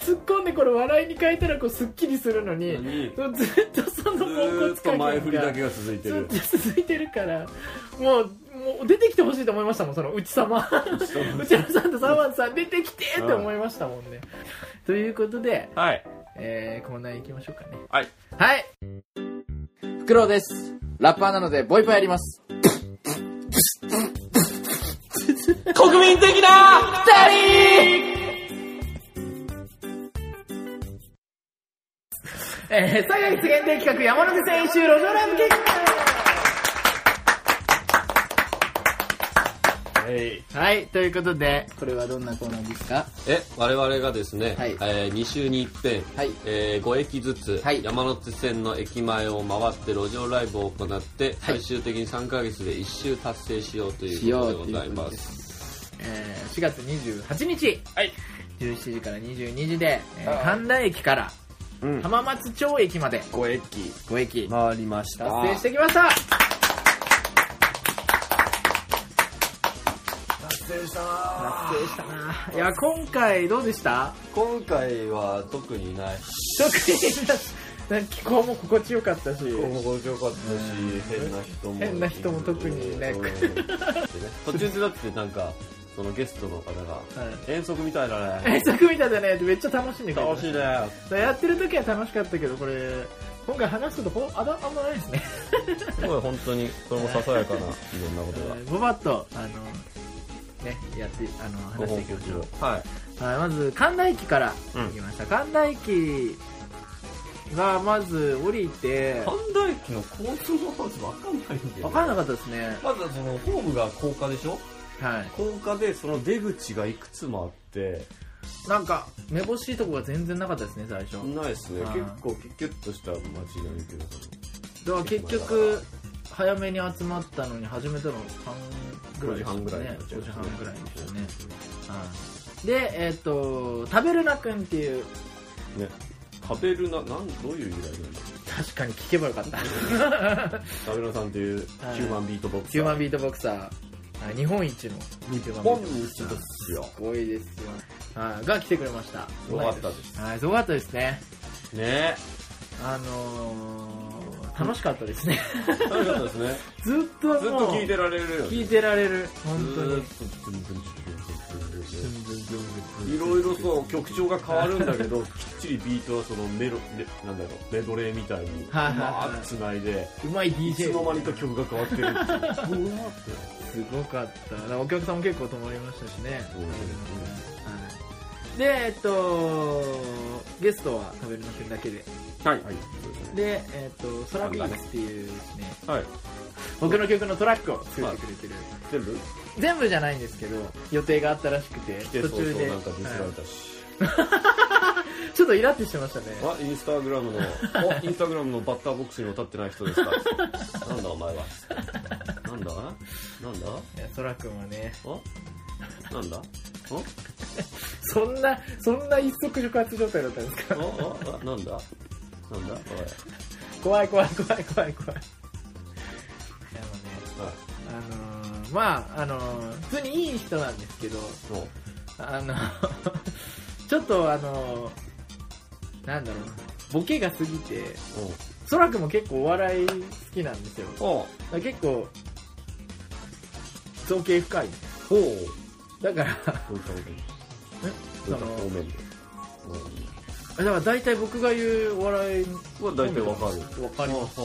Speaker 1: 突っ込んでこれ笑いに変えたらこうすっきりするのに、
Speaker 2: 何
Speaker 1: ずっとその
Speaker 2: ず
Speaker 1: ポンコ
Speaker 2: ーっ
Speaker 1: ツ
Speaker 2: と
Speaker 1: 加減が
Speaker 2: 前振りだけが続いて
Speaker 1: ずっ
Speaker 2: る
Speaker 1: と続いてるからもうもう出てきてほしいと思いましたもんその内様内山さんとサマンさん出てきてって思いましたもんねということで、
Speaker 2: はい
Speaker 1: えー、コーナー行きましょうかね
Speaker 2: はい
Speaker 1: はいフクロウですラッパーなのでボイパやります
Speaker 2: 国民的な
Speaker 1: えー、佐賀一限定企画山手線一周路上ライブ結
Speaker 2: はい
Speaker 1: 果はいということでこれはどんなコーナーですか
Speaker 2: え我々がですね、
Speaker 1: はい
Speaker 2: え2週に一遍、
Speaker 1: はい
Speaker 2: え5駅ずつ、
Speaker 1: はい
Speaker 2: 山手線の駅前を回って路上ライブを行って、
Speaker 1: はい
Speaker 2: 最終的に3ヶ月で1周達成しようと
Speaker 1: し
Speaker 2: いうこ
Speaker 1: よ
Speaker 2: と
Speaker 1: うという
Speaker 2: でござい
Speaker 1: こと
Speaker 2: ま
Speaker 1: ですす、えー、4月28日
Speaker 2: はい、
Speaker 1: 17時から22時で、えー
Speaker 2: はい
Speaker 1: 神田駅から
Speaker 2: うん、
Speaker 1: 浜松町駅まで
Speaker 2: 5駅
Speaker 1: 5駅
Speaker 2: 回りました
Speaker 1: 達成してきました
Speaker 2: 達成したな
Speaker 1: 達成したないや今回どうでした
Speaker 2: 今回は特にない
Speaker 1: 特になんか気候も心地よかったし
Speaker 2: 今後も良かったし変な人も
Speaker 1: 変な人も特にね
Speaker 2: うんでね途中でだってなんかそのゲストの方が
Speaker 1: はい
Speaker 2: 遠足みたいだ
Speaker 1: 遠
Speaker 2: ね
Speaker 1: 足みたいだねめっちゃ楽しんでくれた
Speaker 2: 楽しいね
Speaker 1: やってる時は楽しかったけどこれ今回話すとほんあだあんまないですね
Speaker 2: すごい本当にそれもささやかないろんなことが
Speaker 1: ボバッとあのねやってあの
Speaker 2: ご
Speaker 1: 話していき
Speaker 2: 報
Speaker 1: ましょ
Speaker 2: 告を
Speaker 1: う
Speaker 2: はい
Speaker 1: はい、まず神田駅から
Speaker 2: うん
Speaker 1: 行きました、神田駅がまず降りて
Speaker 2: 神田駅の交通の話分かんないんだよ、ね、
Speaker 1: 分からなかったですね
Speaker 2: まずはそのホームが高架でしょ
Speaker 1: はい
Speaker 2: 高架でその出口がいくつもあって
Speaker 1: なんかめぼしいとこが全然なかったですね最初
Speaker 2: ないですね
Speaker 1: あー
Speaker 2: 結構キュッキュッとした街並みというか
Speaker 1: だから結局早めに集まったのに始めたの半ぐらい
Speaker 2: 5時半ぐらいにな
Speaker 1: ね
Speaker 2: っちゃい
Speaker 1: 5時
Speaker 2: ました
Speaker 1: 半
Speaker 2: ね
Speaker 1: ぐらいでしたね、はい、でえっ、と食べるなくんっていう
Speaker 2: ね食べるななんどういう由来なんだろ
Speaker 1: 確かに聞けばよかった
Speaker 2: う食べるなさんっていう
Speaker 1: はい
Speaker 2: ヒューマンビートボックス
Speaker 1: ヒューマンビートボクサーはい日本一の日
Speaker 2: 本一ですよ
Speaker 1: すごいですよ。はい、が来てくれました。
Speaker 2: すごかったです
Speaker 1: はい、すごかったですね。
Speaker 2: ね
Speaker 1: あのー、楽しかったですね。
Speaker 2: 楽しかったですね
Speaker 1: ずっともう
Speaker 2: ずっと聞いてられるよね
Speaker 1: 聞いてられる。本当に。
Speaker 2: ずーっといろいろそう曲調が変わるんだけどきっちりビートはそのメロメなんだろうメドレーみたいにう
Speaker 1: はいはいはいう
Speaker 2: まーくつないで
Speaker 1: うまい
Speaker 2: いつ
Speaker 1: DJ
Speaker 2: の間にか曲が変わってるっていううわーって
Speaker 1: すごかった。だからお客さんも結構泊まりましたしね。
Speaker 2: うん
Speaker 1: はいで、えっと、ゲストは食べるのけだけで。
Speaker 2: はい
Speaker 1: で、えっと、ソラビーズっていうですね、
Speaker 2: はい
Speaker 1: 僕の曲のトラックを作ってくれてる。
Speaker 2: 全部
Speaker 1: 全部じゃないんですけど、予定があったらしくて、
Speaker 2: で
Speaker 1: 途
Speaker 2: そう
Speaker 1: 中
Speaker 2: そう
Speaker 1: で。
Speaker 2: なんかディスら
Speaker 1: は
Speaker 2: れ
Speaker 1: い
Speaker 2: たし
Speaker 1: ちょっとイラってしてましたね。
Speaker 2: あインスタグラムのおインスタグラムのバッターボックスにも立ってない人ですかなんだお前はなんだなんだ
Speaker 1: いや、そらくんはね、
Speaker 2: あなんだお
Speaker 1: そんな、そんな一足触発状態だったんですか
Speaker 2: おおあなんだなんだおい
Speaker 1: 怖い怖い怖い怖い怖い。でもね、
Speaker 2: はい
Speaker 1: あのー、まああのー、普通にいい人なんですけど、
Speaker 2: そう
Speaker 1: あの、 ちょっとあのー、なんだろうな、ボケが過ぎて、そらくんも結構お笑い好きなんですよ。だか
Speaker 2: おう
Speaker 1: ら結構、造形深い。
Speaker 2: ほう
Speaker 1: だから、
Speaker 2: どういったこと
Speaker 1: えそう
Speaker 2: どいった方
Speaker 1: の、
Speaker 2: 面で
Speaker 1: だから大体僕が言うお笑い
Speaker 2: は大体わかる
Speaker 1: わかりますし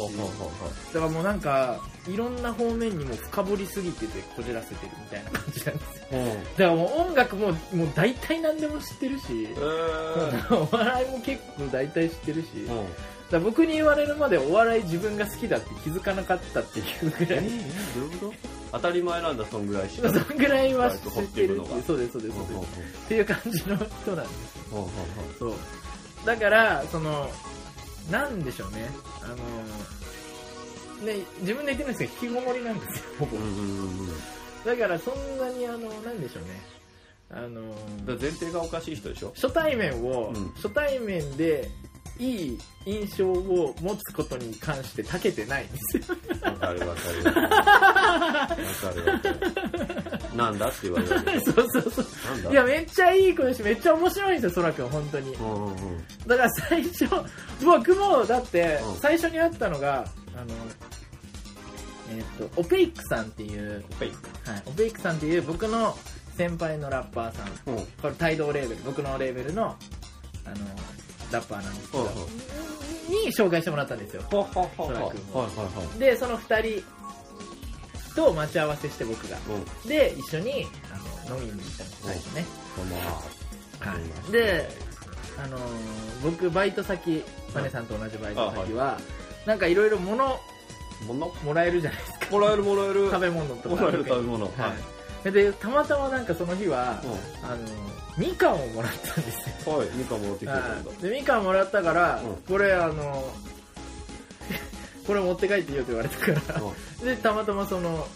Speaker 1: だからもうなんかいろんな方面にも深掘りすぎててこじらせてるみたいな感じなんですよだからもう音楽ももう大体何でも知ってるし
Speaker 2: えー
Speaker 1: お笑いも結構大体知ってるしだか
Speaker 2: うん
Speaker 1: ら僕に言われるまでお笑い自分が好きだって気づかなかったっていうぐらい
Speaker 2: どういうこと当たり前なんだそんぐらいし
Speaker 1: そ
Speaker 2: か
Speaker 1: のぐらいは知
Speaker 2: 掘っ
Speaker 1: ってて
Speaker 2: る
Speaker 1: る
Speaker 2: の
Speaker 1: っ
Speaker 2: が
Speaker 1: ていうそうですそうですそうですっていう感じの人なんです
Speaker 2: うんうんうん
Speaker 1: そうだからそのなんでしょうねあのね自分で言ってるんですけど引きこもりなんですよ僕
Speaker 2: うんうんうんうん
Speaker 1: だからそんなにあのなんでしょうねあの
Speaker 2: だから前提がおかしい人でしょ
Speaker 1: 初対面を、
Speaker 2: うん
Speaker 1: 初対面でいい印象を持つことに関して長けてないんですよ
Speaker 2: わかるわかるわかるわかるなんだって言われる
Speaker 1: そうそうそう
Speaker 2: なんだ
Speaker 1: いやめっちゃいい子だしめっちゃ面白いんですよそらくん本当に
Speaker 2: うんうんうん
Speaker 1: だから最初僕もだって
Speaker 2: うん
Speaker 1: 最初に会ったのがあのえーっとオペイックさんっていう、
Speaker 2: はい
Speaker 1: はい、オペイックさんっていう僕の先輩のラッパーさん
Speaker 2: うん
Speaker 1: これ帯同レーベル僕のレーベルのあのラッパーなんですけど、
Speaker 2: うんうん
Speaker 1: に紹介してもらったんですよ
Speaker 2: はははは
Speaker 1: そら
Speaker 2: はい
Speaker 1: くんも
Speaker 2: はいは
Speaker 1: でその2人と待ち合わせして僕が
Speaker 2: いうん
Speaker 1: で一緒にあの飲みに行ったんです最初ね、
Speaker 2: こんばんは
Speaker 1: は
Speaker 2: 飲みました
Speaker 1: い、で、あのー僕バイト先マネさんと同じバイト先は、なんかいろいろ物
Speaker 2: もの
Speaker 1: もらえるじゃないです か
Speaker 2: もらえるもらえる
Speaker 1: 食べ物とか
Speaker 2: もらえる食べ物
Speaker 1: は
Speaker 2: はい
Speaker 1: い、でたまたまなんかその日は、
Speaker 2: う
Speaker 1: あのーみかんをもらったんですよ
Speaker 2: んはいみかんもらってきてたんだ
Speaker 1: はいでみかんもらったから、
Speaker 2: うん
Speaker 1: これあの これ持って帰っていいよって言われたから
Speaker 2: うん
Speaker 1: でたまたまその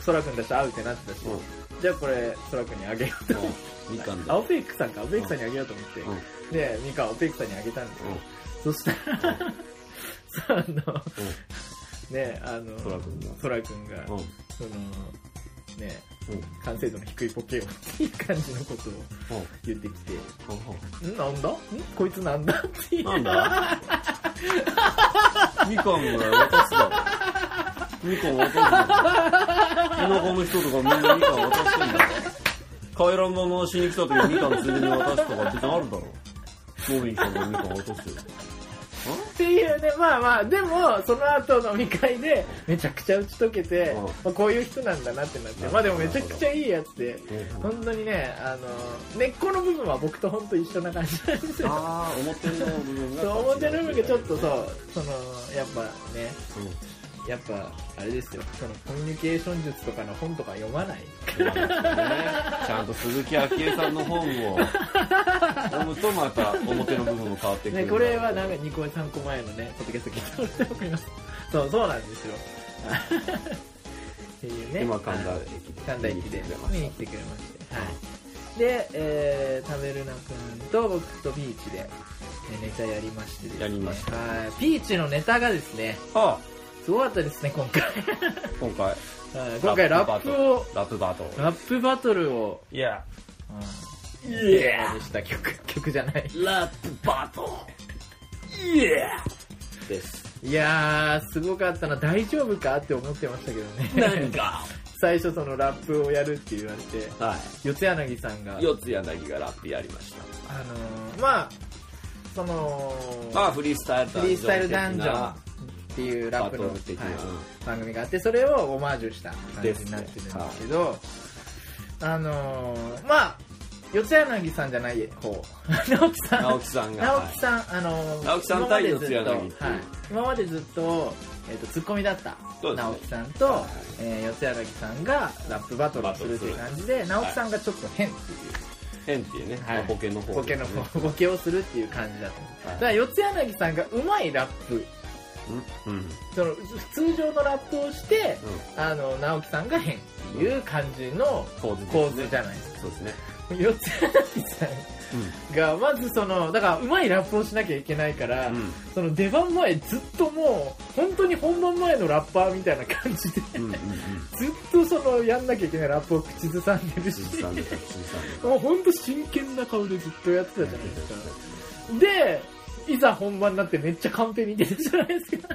Speaker 1: そらくんたちと会うってなってたし、
Speaker 2: うん
Speaker 1: じゃあこれそらくんにあげようと思って、
Speaker 2: みかんだ
Speaker 1: あオペイクさんかオペイクさんにあげようと思って、
Speaker 2: うん
Speaker 1: でみかんオペイクさんにあげたんですよ、そしたら あのねあの
Speaker 2: そらくんが
Speaker 1: そらくんが、
Speaker 2: うん
Speaker 1: そのね
Speaker 2: うん
Speaker 1: 完成度の低いボケをっていう感じのことを言ってきて
Speaker 2: ほうほ
Speaker 1: んなんだんこいつなんだっていうう
Speaker 2: なんだみかんが渡すだろみかん渡すだろ田舎の人とかみんなみかん渡してんだろ帰らんまましに来た時にみかんついでに渡すとか別にあるだろモビンさんがみかん渡すよ
Speaker 1: っていうね、まあまあ、でも、その後飲み会で、めちゃくちゃ打ち解けて、
Speaker 2: うん
Speaker 1: まあ、こういう人なんだなってなって、
Speaker 2: うん
Speaker 1: まあでもめちゃくちゃいいやつで、
Speaker 2: うん
Speaker 1: 本当にね、あの、根っこの部分は僕と本当一緒な感じなんですよ。
Speaker 2: ああ表の部分が
Speaker 1: そう、表の部分がちょっとそう、その、やっぱね、
Speaker 2: うん
Speaker 1: やっぱ、あれですよ、そのコミュニケーション術とかの本とか読まない。
Speaker 2: そうなんですよねちゃんと鈴木昭恵さんの本を読むとまた表の部分も変わってくる、
Speaker 1: ね、これはなんか2個目3個前のね、ポッドキャスト聞いてもらった方がいいます。そう、そうなんですよ。っていうね。
Speaker 2: 今神田駅で
Speaker 1: 神田駅で
Speaker 2: 見に来てくれま
Speaker 1: 見
Speaker 2: し
Speaker 1: に来てくれまして、はい、で、えー、食べるな君と僕とピーチで、ね、ネタやりましてですね
Speaker 2: やりました
Speaker 1: はいピーチのネタがですね
Speaker 2: たは
Speaker 1: すごかったですね今 回
Speaker 2: あ今回
Speaker 1: はい今回ラップを
Speaker 2: ラップバトル
Speaker 1: ラップバトルを、
Speaker 2: いや
Speaker 1: うん、
Speaker 2: いや
Speaker 1: でした曲曲じゃない
Speaker 2: ラップバトルイエーです
Speaker 1: いやーすごかったな大丈夫かって思ってましたけどね
Speaker 2: か
Speaker 1: 最初そのラップをやるって言われて
Speaker 2: は
Speaker 1: 四柳さんがあ
Speaker 2: い四つ柳がラップやりまし
Speaker 1: のー、まあその
Speaker 2: たまあフリースタイル
Speaker 1: フリースタイルダンジョン
Speaker 2: な
Speaker 1: っていうラ
Speaker 2: バ
Speaker 1: ップ
Speaker 2: ト
Speaker 1: の、
Speaker 2: ル的な、
Speaker 1: はい番組があってそれをオマージュした感じになってるんですけどあのーまあ四柳さんじゃない 方直樹さん
Speaker 2: 直樹さんが
Speaker 1: 直樹さん、あのー
Speaker 2: 直樹さん
Speaker 1: 今までずっと
Speaker 2: 対四柳っていう
Speaker 1: はい、今までずっと、えー、とツッコミだった
Speaker 2: そうですね
Speaker 1: 直樹さんと、
Speaker 2: はい
Speaker 1: えー四柳さんがラップバトルをするっていう感じで直樹さんがちょっと変っていう
Speaker 2: 変っていうね、
Speaker 1: はい
Speaker 2: まあボケの方
Speaker 1: ボケの
Speaker 2: ですね
Speaker 1: 方ボケをするっていう感じだったんです
Speaker 2: はい
Speaker 1: だから四柳さんがうまいラップ
Speaker 2: うんうん
Speaker 1: その通常のラップをして、あの直樹さんが変っていう感じの
Speaker 2: 構図
Speaker 1: 構
Speaker 2: で
Speaker 1: 図
Speaker 2: す
Speaker 1: じ
Speaker 2: ね
Speaker 1: ゃないです
Speaker 2: そうですね、
Speaker 1: か四つ柳さんがまずそのだからうまいラップをしなきゃいけないから、
Speaker 2: う
Speaker 1: その出番前ずっともう本当に本番前のラッパーみたいな感じ で
Speaker 2: んうんうんうん
Speaker 1: ずっとそのやんなきゃいけないラップを口ずさんでるし
Speaker 2: 鈴木さんで鈴木さん で
Speaker 1: もう本当真剣な顔でずっとやってたじゃないですかでいざ本番になってめっちゃカンペ見てるじゃないですか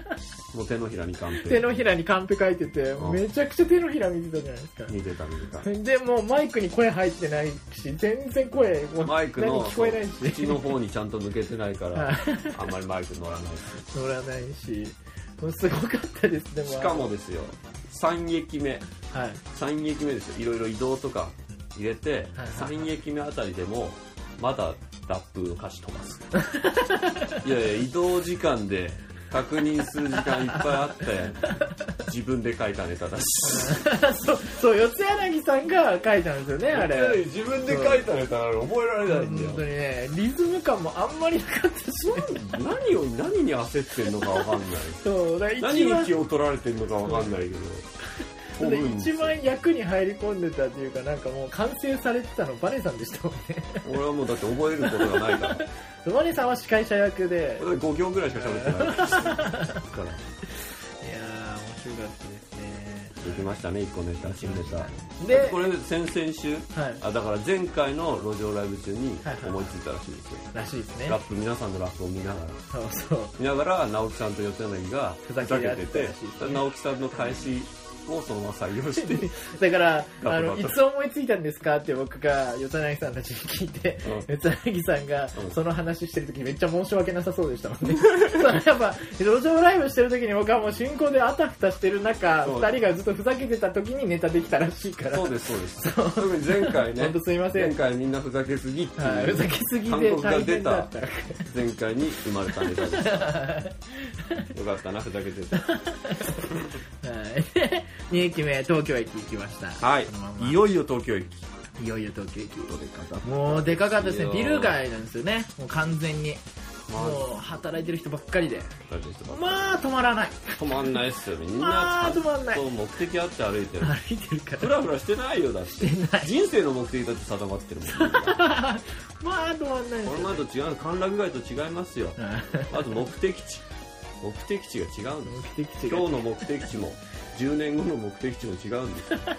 Speaker 2: もう手のひらに完璧
Speaker 1: 手のひらにカンペ書いてて
Speaker 2: うん
Speaker 1: めちゃくちゃ手のひら見てたじゃないですか
Speaker 2: 見てた見てた
Speaker 1: でもうマイクに声入ってないし全然声もう
Speaker 2: マイクの
Speaker 1: 何聞こえないし
Speaker 2: 口の方にちゃんと抜けてないから
Speaker 1: はい
Speaker 2: あんまりマイク乗らないし
Speaker 1: 乗らないしもうすごかったですでも
Speaker 2: しかもですよ3駅目
Speaker 1: はい
Speaker 2: 3駅目ですよいろいろ移動とか入れて
Speaker 1: はい
Speaker 2: 3駅目あたりでもまだラップの歌詞飛ばす いやいや移動時間で確認する時間いっぱいあって自分で書いたネタだし
Speaker 1: そうそう四柳さんが書いたんですよねあれ
Speaker 2: 自分で書いたネタなの覚えられないんだ
Speaker 1: 本当
Speaker 2: よ
Speaker 1: にねリズム感もあんまりなかったし
Speaker 2: 何を何に焦ってんのかわかんない
Speaker 1: そうだから
Speaker 2: 何
Speaker 1: 一
Speaker 2: に
Speaker 1: 番
Speaker 2: 気を取られてんのかわかんないけど
Speaker 1: だから一
Speaker 2: 俺
Speaker 1: 番役に入り込んでたというかなんかもう完成されてたのバネさんでしたもんね
Speaker 2: はもうだって覚えることがないから
Speaker 1: バネさんは司会者役で
Speaker 2: 俺5行ぐらいしか喋ってないから
Speaker 1: いやー面白かったですね
Speaker 2: できましたね1個ネタ新ネタ
Speaker 1: で
Speaker 2: これ先々週
Speaker 1: はい
Speaker 2: あだから前回の路上ライブ中に
Speaker 1: はいはい
Speaker 2: 思いついたらしいですよ
Speaker 1: らしいですね
Speaker 2: ラップ皆さんのラップを見ながら
Speaker 1: そうそう
Speaker 2: 見ながら直樹さんと四柳が
Speaker 1: ふ
Speaker 2: ふ
Speaker 1: ざ
Speaker 2: ざ
Speaker 1: けて
Speaker 2: け
Speaker 1: やって
Speaker 2: て
Speaker 1: たら
Speaker 2: て
Speaker 1: しいですね
Speaker 2: 直樹さんの返しをそのまま採 用して
Speaker 1: だから、
Speaker 2: ラ
Speaker 1: あ
Speaker 2: ップバト
Speaker 1: の、
Speaker 2: ル
Speaker 1: いつ思いついたんですかって僕が、四柳さんたちに聞いて、四柳さんが
Speaker 2: う、ん
Speaker 1: その話してる時めっちゃ申し訳なさそうでしたもんね。そうやっぱ、路上ライブしてる時に僕はもう進行であたふたしてる中、
Speaker 2: そう
Speaker 1: 二人がずっとふざけてた時にネタできたらしいから、
Speaker 2: そうですそうです特に前回ね
Speaker 1: ほんとすいません
Speaker 2: 前回みんなふざけすぎっていう、
Speaker 1: はいふざけすぎ
Speaker 2: 韓
Speaker 1: で
Speaker 2: 国が
Speaker 1: 大
Speaker 2: 出
Speaker 1: 変だったた。
Speaker 2: 前回に生まれたネタでしたよかったなふざ けてて
Speaker 1: はい。2駅目、東京駅行きました。
Speaker 2: はい
Speaker 1: そのまんま
Speaker 2: いよいよ東京駅
Speaker 1: いよいよ東京駅。
Speaker 2: どうでかな
Speaker 1: もうでかかったですね。
Speaker 2: いや
Speaker 1: ビル街なんですよね。もう完全に。
Speaker 2: まあ
Speaker 1: もう働いてる人ばっかりで。
Speaker 2: 二人の人ばっかり
Speaker 1: まあ止まらない。
Speaker 2: 止まんないっすよみん
Speaker 1: まあ
Speaker 2: な
Speaker 1: 止まんない
Speaker 2: そう目的あって歩いてる
Speaker 1: 歩いてるか
Speaker 2: ふ
Speaker 1: ら。
Speaker 2: らふらしてないよだって
Speaker 1: して ない
Speaker 2: 人生の目的だって定まってるもん、ね、
Speaker 1: まあ止まんないです
Speaker 2: これまでと違う歓楽街と違いますよ
Speaker 1: うん
Speaker 2: まず目的地目的地が違うんです
Speaker 1: 目的地が
Speaker 2: 今日の目的地も10年後の目的地も違うんです東京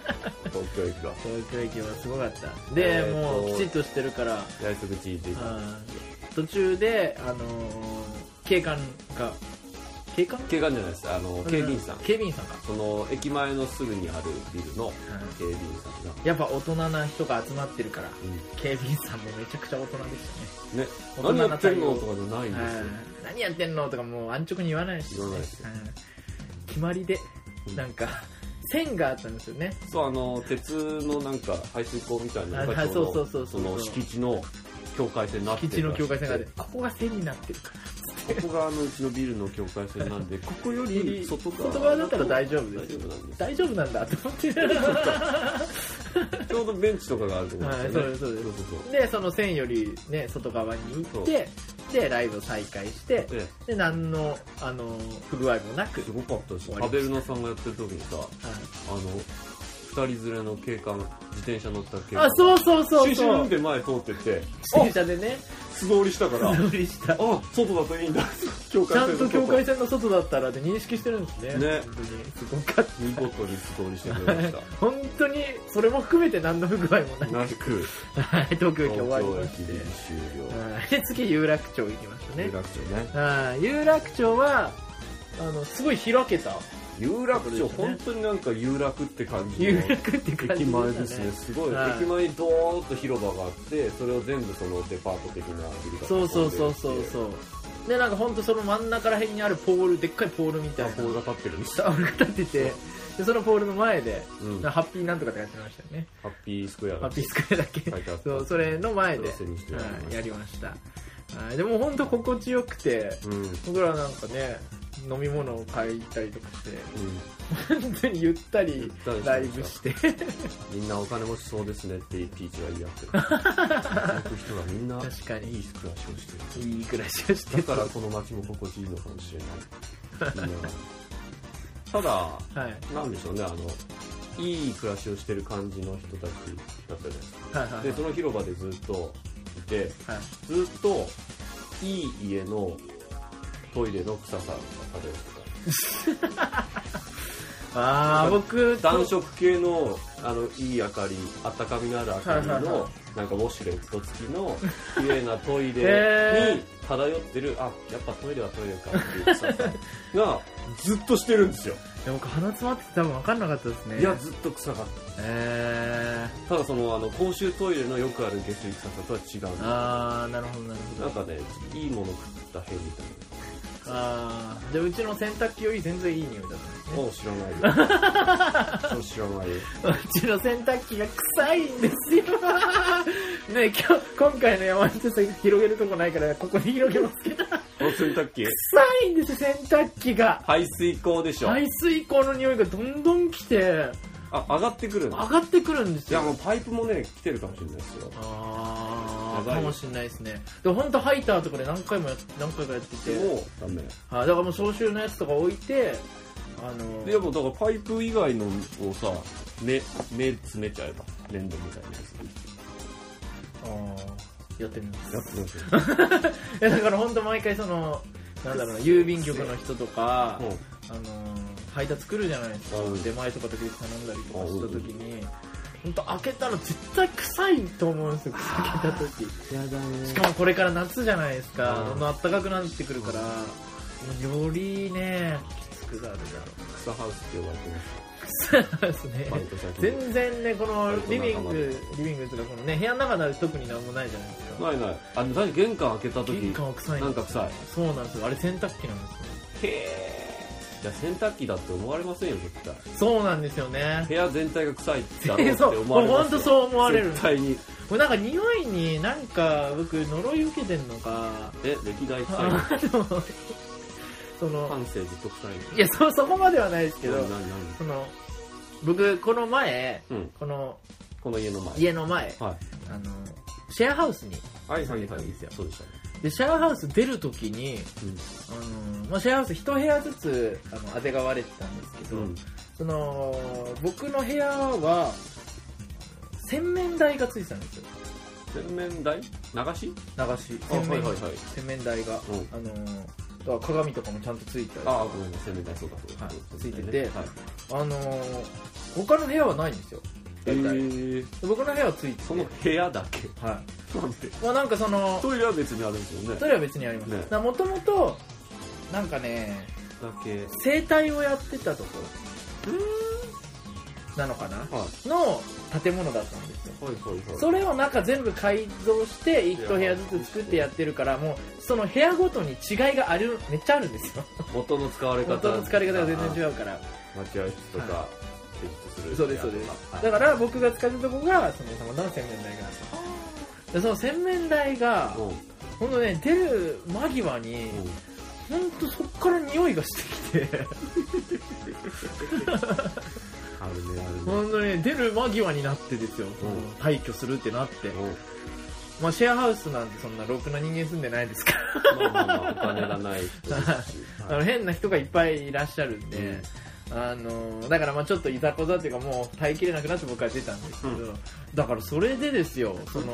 Speaker 2: 駅が
Speaker 1: 東京駅はすごかったで、
Speaker 2: えーと
Speaker 1: もうきちっとしてるから
Speaker 2: 八重洲口で
Speaker 1: はい途中で、あのー警官が警官
Speaker 2: 警官じゃないですあの警備員さん
Speaker 1: 警備員さんか、
Speaker 2: その駅前のすぐにあるビルの警備員さんが、
Speaker 1: やっぱ大人な人が集まってるから
Speaker 2: うん
Speaker 1: 警備員さんもめちゃくちゃ大人でし
Speaker 2: ね
Speaker 1: 大人
Speaker 2: 何
Speaker 1: な
Speaker 2: やってんの
Speaker 1: 対
Speaker 2: とかじゃないん
Speaker 1: た
Speaker 2: で
Speaker 1: ね、
Speaker 2: すよ
Speaker 1: はい何やってんのとかもう安直に言わないし、
Speaker 2: 言わないですよ
Speaker 1: うん決まりで
Speaker 2: うん
Speaker 1: なんか線があったんですよね
Speaker 2: そうあの鉄のなんか排水溝みたいなのが
Speaker 1: あ
Speaker 2: ちょ
Speaker 1: そ
Speaker 2: うど
Speaker 1: うそうそう
Speaker 2: そ
Speaker 1: そう
Speaker 2: の敷地の境界線になって
Speaker 1: 基地
Speaker 2: る
Speaker 1: の境界線があっ
Speaker 2: ら
Speaker 1: て
Speaker 2: しく
Speaker 1: ここが線になってるから
Speaker 2: ここがあのうちのビルの境界線な んでここより外側
Speaker 1: 外側だったら大丈夫で
Speaker 2: 大
Speaker 1: す
Speaker 2: 丈
Speaker 1: よ
Speaker 2: 夫なんです
Speaker 1: 大丈夫なんだと思って
Speaker 2: ちょうどベンチとかがあるところですよね
Speaker 1: はいそうですそう
Speaker 2: そう そう
Speaker 1: でその線よりね外側に行ってでライブを再開して
Speaker 2: そうで
Speaker 1: で何のあの不具合もなく、は
Speaker 2: すごかったし
Speaker 1: 終わり
Speaker 2: パベルナさんがやってる時にさあの二人連れの警官自転車乗った警
Speaker 1: い、
Speaker 2: 官
Speaker 1: あそううそうそう
Speaker 2: シュシュ
Speaker 1: そ
Speaker 2: ンっ
Speaker 1: う
Speaker 2: て前通ってって
Speaker 1: 自転車でね
Speaker 2: 素通りしたからあ
Speaker 1: 素振りしたち
Speaker 2: 外だといいんだ境界
Speaker 1: ゃ
Speaker 2: 線
Speaker 1: ん
Speaker 2: の
Speaker 1: と
Speaker 2: 外
Speaker 1: 境界線の外だったらって認識してるんですね本
Speaker 2: ね
Speaker 1: 当にすごかっ
Speaker 2: 見事に素通りしてくれまし た
Speaker 1: た本当にそれも含めて何の不具合もなく
Speaker 2: なく
Speaker 1: はい東京駅
Speaker 2: 東
Speaker 1: 終わり
Speaker 2: 京
Speaker 1: ま
Speaker 2: 駅
Speaker 1: して
Speaker 2: で終了
Speaker 1: はいで次有楽町行きましたね
Speaker 2: 有楽町ね
Speaker 1: はい有楽町はあのすごい開けた
Speaker 2: 有楽町本当になんか有楽って感じ
Speaker 1: 有
Speaker 2: の
Speaker 1: 楽って感
Speaker 2: 駅
Speaker 1: じ
Speaker 2: 前
Speaker 1: で
Speaker 2: で
Speaker 1: し
Speaker 2: す
Speaker 1: た
Speaker 2: ね
Speaker 1: ね
Speaker 2: すごい
Speaker 1: はい
Speaker 2: 駅前にドーンと広場があってそれを全部そのデパート的なビルが
Speaker 1: そうそうそうそう
Speaker 2: う
Speaker 1: そうでなんか本当その真ん中ら辺にあるポールでっかいポールみたいな
Speaker 2: ポールが立ってるんです
Speaker 1: タオルが立っててでそのポールの前で、
Speaker 2: うん
Speaker 1: ハッピーなんとかってやってましたよね
Speaker 2: ハッピースクエア
Speaker 1: ハ
Speaker 2: が
Speaker 1: ッピースクエアだっけ
Speaker 2: 書いてあった
Speaker 1: そうそれの前で、
Speaker 2: プラスにしてありました
Speaker 1: はいやりましたはいでも本当心地よくて
Speaker 2: うんうん
Speaker 1: 僕らなんかね飲み物を買いたりとかして本当にゆった
Speaker 2: ゆっ
Speaker 1: り
Speaker 2: たりしました
Speaker 1: ライブして
Speaker 2: みんなお金持ちそうですねってピーチは言 い合ってる行く人がみんな
Speaker 1: 確かに
Speaker 2: いい暮らしをしてる
Speaker 1: いい暮らしをして
Speaker 2: だからこの街も心地いいのかもし れないみんなただ
Speaker 1: はいはい
Speaker 2: なんでしょうねあのいい暮らしをしてる感じの人たちだったじゃないですか
Speaker 1: はいはい
Speaker 2: でその広場でずっといて
Speaker 1: はい
Speaker 2: ずっといい家のトイレの臭さが漂って
Speaker 1: ああ僕
Speaker 2: た暖色系のあのいい明かりあったかみのある明かり
Speaker 1: はいはい
Speaker 2: の
Speaker 1: は
Speaker 2: なんかウォシュレット付き の綺麗なトイレ
Speaker 1: へ
Speaker 2: に漂ってるあやっぱトイレはトイレかっていう臭さがずっとしてるんですよ
Speaker 1: でも僕鼻詰まってて多分分かんなかったですね
Speaker 2: いやずっと臭かった
Speaker 1: えー、
Speaker 2: ただそのあの公衆トイレのよくある下水臭さとは違うんだ
Speaker 1: ああなるほどなるほ
Speaker 2: なん
Speaker 1: ど
Speaker 2: かねいいもの食ったへみたい
Speaker 1: ああでうちの洗濯機より全然いい匂いだったんです
Speaker 2: な
Speaker 1: ね
Speaker 2: もう知らないよ そう知らないよ
Speaker 1: うちの洗濯機が臭いんですよ ね今日今回の山手線広げるとこないからここに広げますけど
Speaker 2: この洗濯機
Speaker 1: 臭いんですよ洗濯機が
Speaker 2: 排水口でしょ
Speaker 1: 排水口の匂いがどんどん来て
Speaker 2: あ上がってくるの
Speaker 1: 上がってくるんです
Speaker 2: いや
Speaker 1: よ
Speaker 2: もうパイプもね来てるかもしれないですよ
Speaker 1: あ
Speaker 2: や
Speaker 1: あ
Speaker 2: ばい
Speaker 1: かもしれないですねでも本当ハイターとかで何回もやっ何回かやってて
Speaker 2: でもダメ
Speaker 1: あだからもう消臭のやつとか置いてあの
Speaker 2: でもだからパイプ以外のをさ目目詰めちゃえば粘土みたいなや
Speaker 1: あーやってみます
Speaker 2: つやってますよ
Speaker 1: いやだから本当毎回そのなんだろうな郵便局の人とか、あのー配達来るじゃないですか、
Speaker 2: うん
Speaker 1: 出前とか時々頼んだりとかした時に、本当開けたら絶対臭いと思うんですよ開けた時
Speaker 2: やだね
Speaker 1: しかもこれから夏じゃないですか
Speaker 2: うん
Speaker 1: どんどん暖かくなってくるから、よりねきつくなるだろ
Speaker 2: 草ハウスって呼ばれてます
Speaker 1: うそうですね
Speaker 2: バイト先に
Speaker 1: 全然ねこのリビン
Speaker 2: バイト仲間で
Speaker 1: グリビングとかこのね部屋の中なら特になんもないじゃないですか
Speaker 2: ないないあの何玄関開けた時
Speaker 1: 玄関は臭い
Speaker 2: なんか臭い
Speaker 1: そうなんですよあれ洗濯機なんですよ
Speaker 2: へえいや洗濯機だって思われませんよ絶対
Speaker 1: そうなんですよね
Speaker 2: 部屋全体が臭いだろうって
Speaker 1: そう
Speaker 2: 思われますよ
Speaker 1: もうほんと そう思われる
Speaker 2: 絶対に
Speaker 1: これなんか匂いになんか僕呪い受けてんのか
Speaker 2: え歴代臭い
Speaker 1: あのその
Speaker 2: 感性ずっと臭いの
Speaker 1: いやそそこまではないですけど
Speaker 2: 何何何
Speaker 1: その僕この前
Speaker 2: うん
Speaker 1: この
Speaker 2: この家の前
Speaker 1: 家の前
Speaker 2: はい
Speaker 1: あのシェアハウスに
Speaker 2: はい
Speaker 1: は
Speaker 2: はいい
Speaker 1: は
Speaker 2: はいいそうでしたね
Speaker 1: でシェアハウス出る時に
Speaker 2: うん
Speaker 1: あの、まあ、シェアハウス一部屋ずつあのあてがわれてたんですけど、
Speaker 2: うん
Speaker 1: その僕の部屋は洗面台がついてたんですよ
Speaker 2: 洗面台流し
Speaker 1: 流し
Speaker 2: あは
Speaker 1: 洗
Speaker 2: い
Speaker 1: 面,、
Speaker 2: はいはい
Speaker 1: 洗面台が、
Speaker 2: うん
Speaker 1: あのーだから鏡とかもちゃんとついてある
Speaker 2: ああごめんなさい洗面台そうだそうだ、
Speaker 1: はい
Speaker 2: そう
Speaker 1: ついてて
Speaker 2: ですねはい
Speaker 1: あのー他の部屋はないんですよ
Speaker 2: え
Speaker 1: 大体、
Speaker 2: ー、
Speaker 1: 僕の部屋はついて
Speaker 2: その部屋だけ
Speaker 1: は
Speaker 2: なんで
Speaker 1: いまあなんかその
Speaker 2: トイレは別にあるんですよね
Speaker 1: トイレは別にあります
Speaker 2: ね
Speaker 1: だからもともとなんかね
Speaker 2: だけ
Speaker 1: 整体をやってたところなのかな
Speaker 2: はい
Speaker 1: の建物だったんですよ
Speaker 2: はいはいはい
Speaker 1: それをなんか全部改造して一個部屋ずつ作ってやってるからもうその部屋ごとに違いがあるめっちゃあるんですよ
Speaker 2: 元の使われ方
Speaker 1: 元の疲れ方が全然違
Speaker 2: う
Speaker 1: うから
Speaker 2: 待合室とか適とする
Speaker 1: そうですそうです
Speaker 2: はい
Speaker 1: だから僕が使ってたとこがそのたまたま洗面台があったでその洗面台が
Speaker 2: うんうん
Speaker 1: ほんとね出る間際にほんとそっから匂いがしてきて
Speaker 2: あるねあるね
Speaker 1: ほんとね出る間際になってですよ
Speaker 2: ん
Speaker 1: 退去するってなって
Speaker 2: うん
Speaker 1: まあシェアハウスなんてそんなろくな人間住んでないですから
Speaker 2: まあまあまあお金がない人ですし
Speaker 1: あの変な人がいっぱいいらっしゃるんで、
Speaker 2: うん
Speaker 1: あのだからまあちょっといざこざっていうかもう耐えきれなくなって僕は出たんですけど、
Speaker 2: う
Speaker 1: だからそれでですよその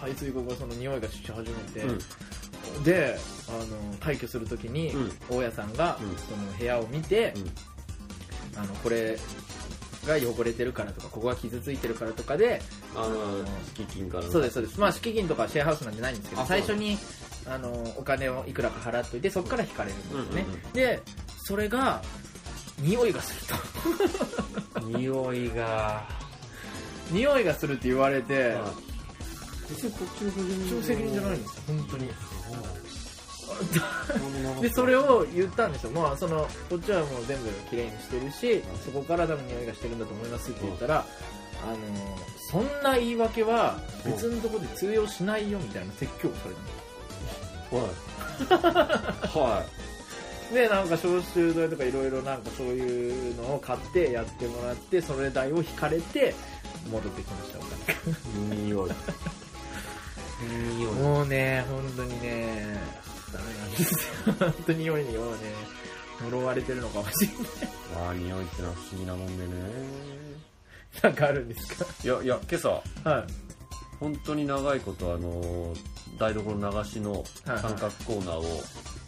Speaker 1: 排水口がその匂いがし始めて、
Speaker 2: うん
Speaker 1: であの退去するときに、
Speaker 2: うん
Speaker 1: 大家さんが
Speaker 2: うん
Speaker 1: その部屋を見て
Speaker 2: う、ん
Speaker 1: あのこれが汚れてるからとかここが傷ついてるからとかで
Speaker 2: あの敷金からの
Speaker 1: そうですそうですまあ敷金とかシェアハウスなんてないんですけど
Speaker 2: あそ
Speaker 1: 最
Speaker 2: うなんだ
Speaker 1: 初にあのお金をいくらか払っといてそこから引かれるんですよね、
Speaker 2: うんうんうん
Speaker 1: でそれが匂いがすると
Speaker 2: 匂いが
Speaker 1: 匂いがするって言われて、
Speaker 2: まあ別にこっちの責任
Speaker 1: 一応責任じゃないんですよ本当に
Speaker 2: に
Speaker 1: でそれを言ったんですよまあそのこっちはもう全部きれいにしてるし
Speaker 2: うん
Speaker 1: そこから多分匂いがしてるんだと思いますって言ったら、あのそんな言い訳は別のところで通用しないよみたいな説教をされたんですよ
Speaker 2: はいは
Speaker 1: でなんか消臭剤とかいろいろなんかそういうのを買ってやってもらってそれ代を引かれて戻ってきましたお金
Speaker 2: い匂い匂い
Speaker 1: もうね本当にねダメなんですよ本当に匂いにはね呪われてるのかもしれない
Speaker 2: ああ匂いってのは不思議なもんでね
Speaker 1: なんかあるんです
Speaker 2: いやいや今朝
Speaker 1: かはい
Speaker 2: 本当に長いことあの台所流しの
Speaker 1: はいはい
Speaker 2: 三角コーナーを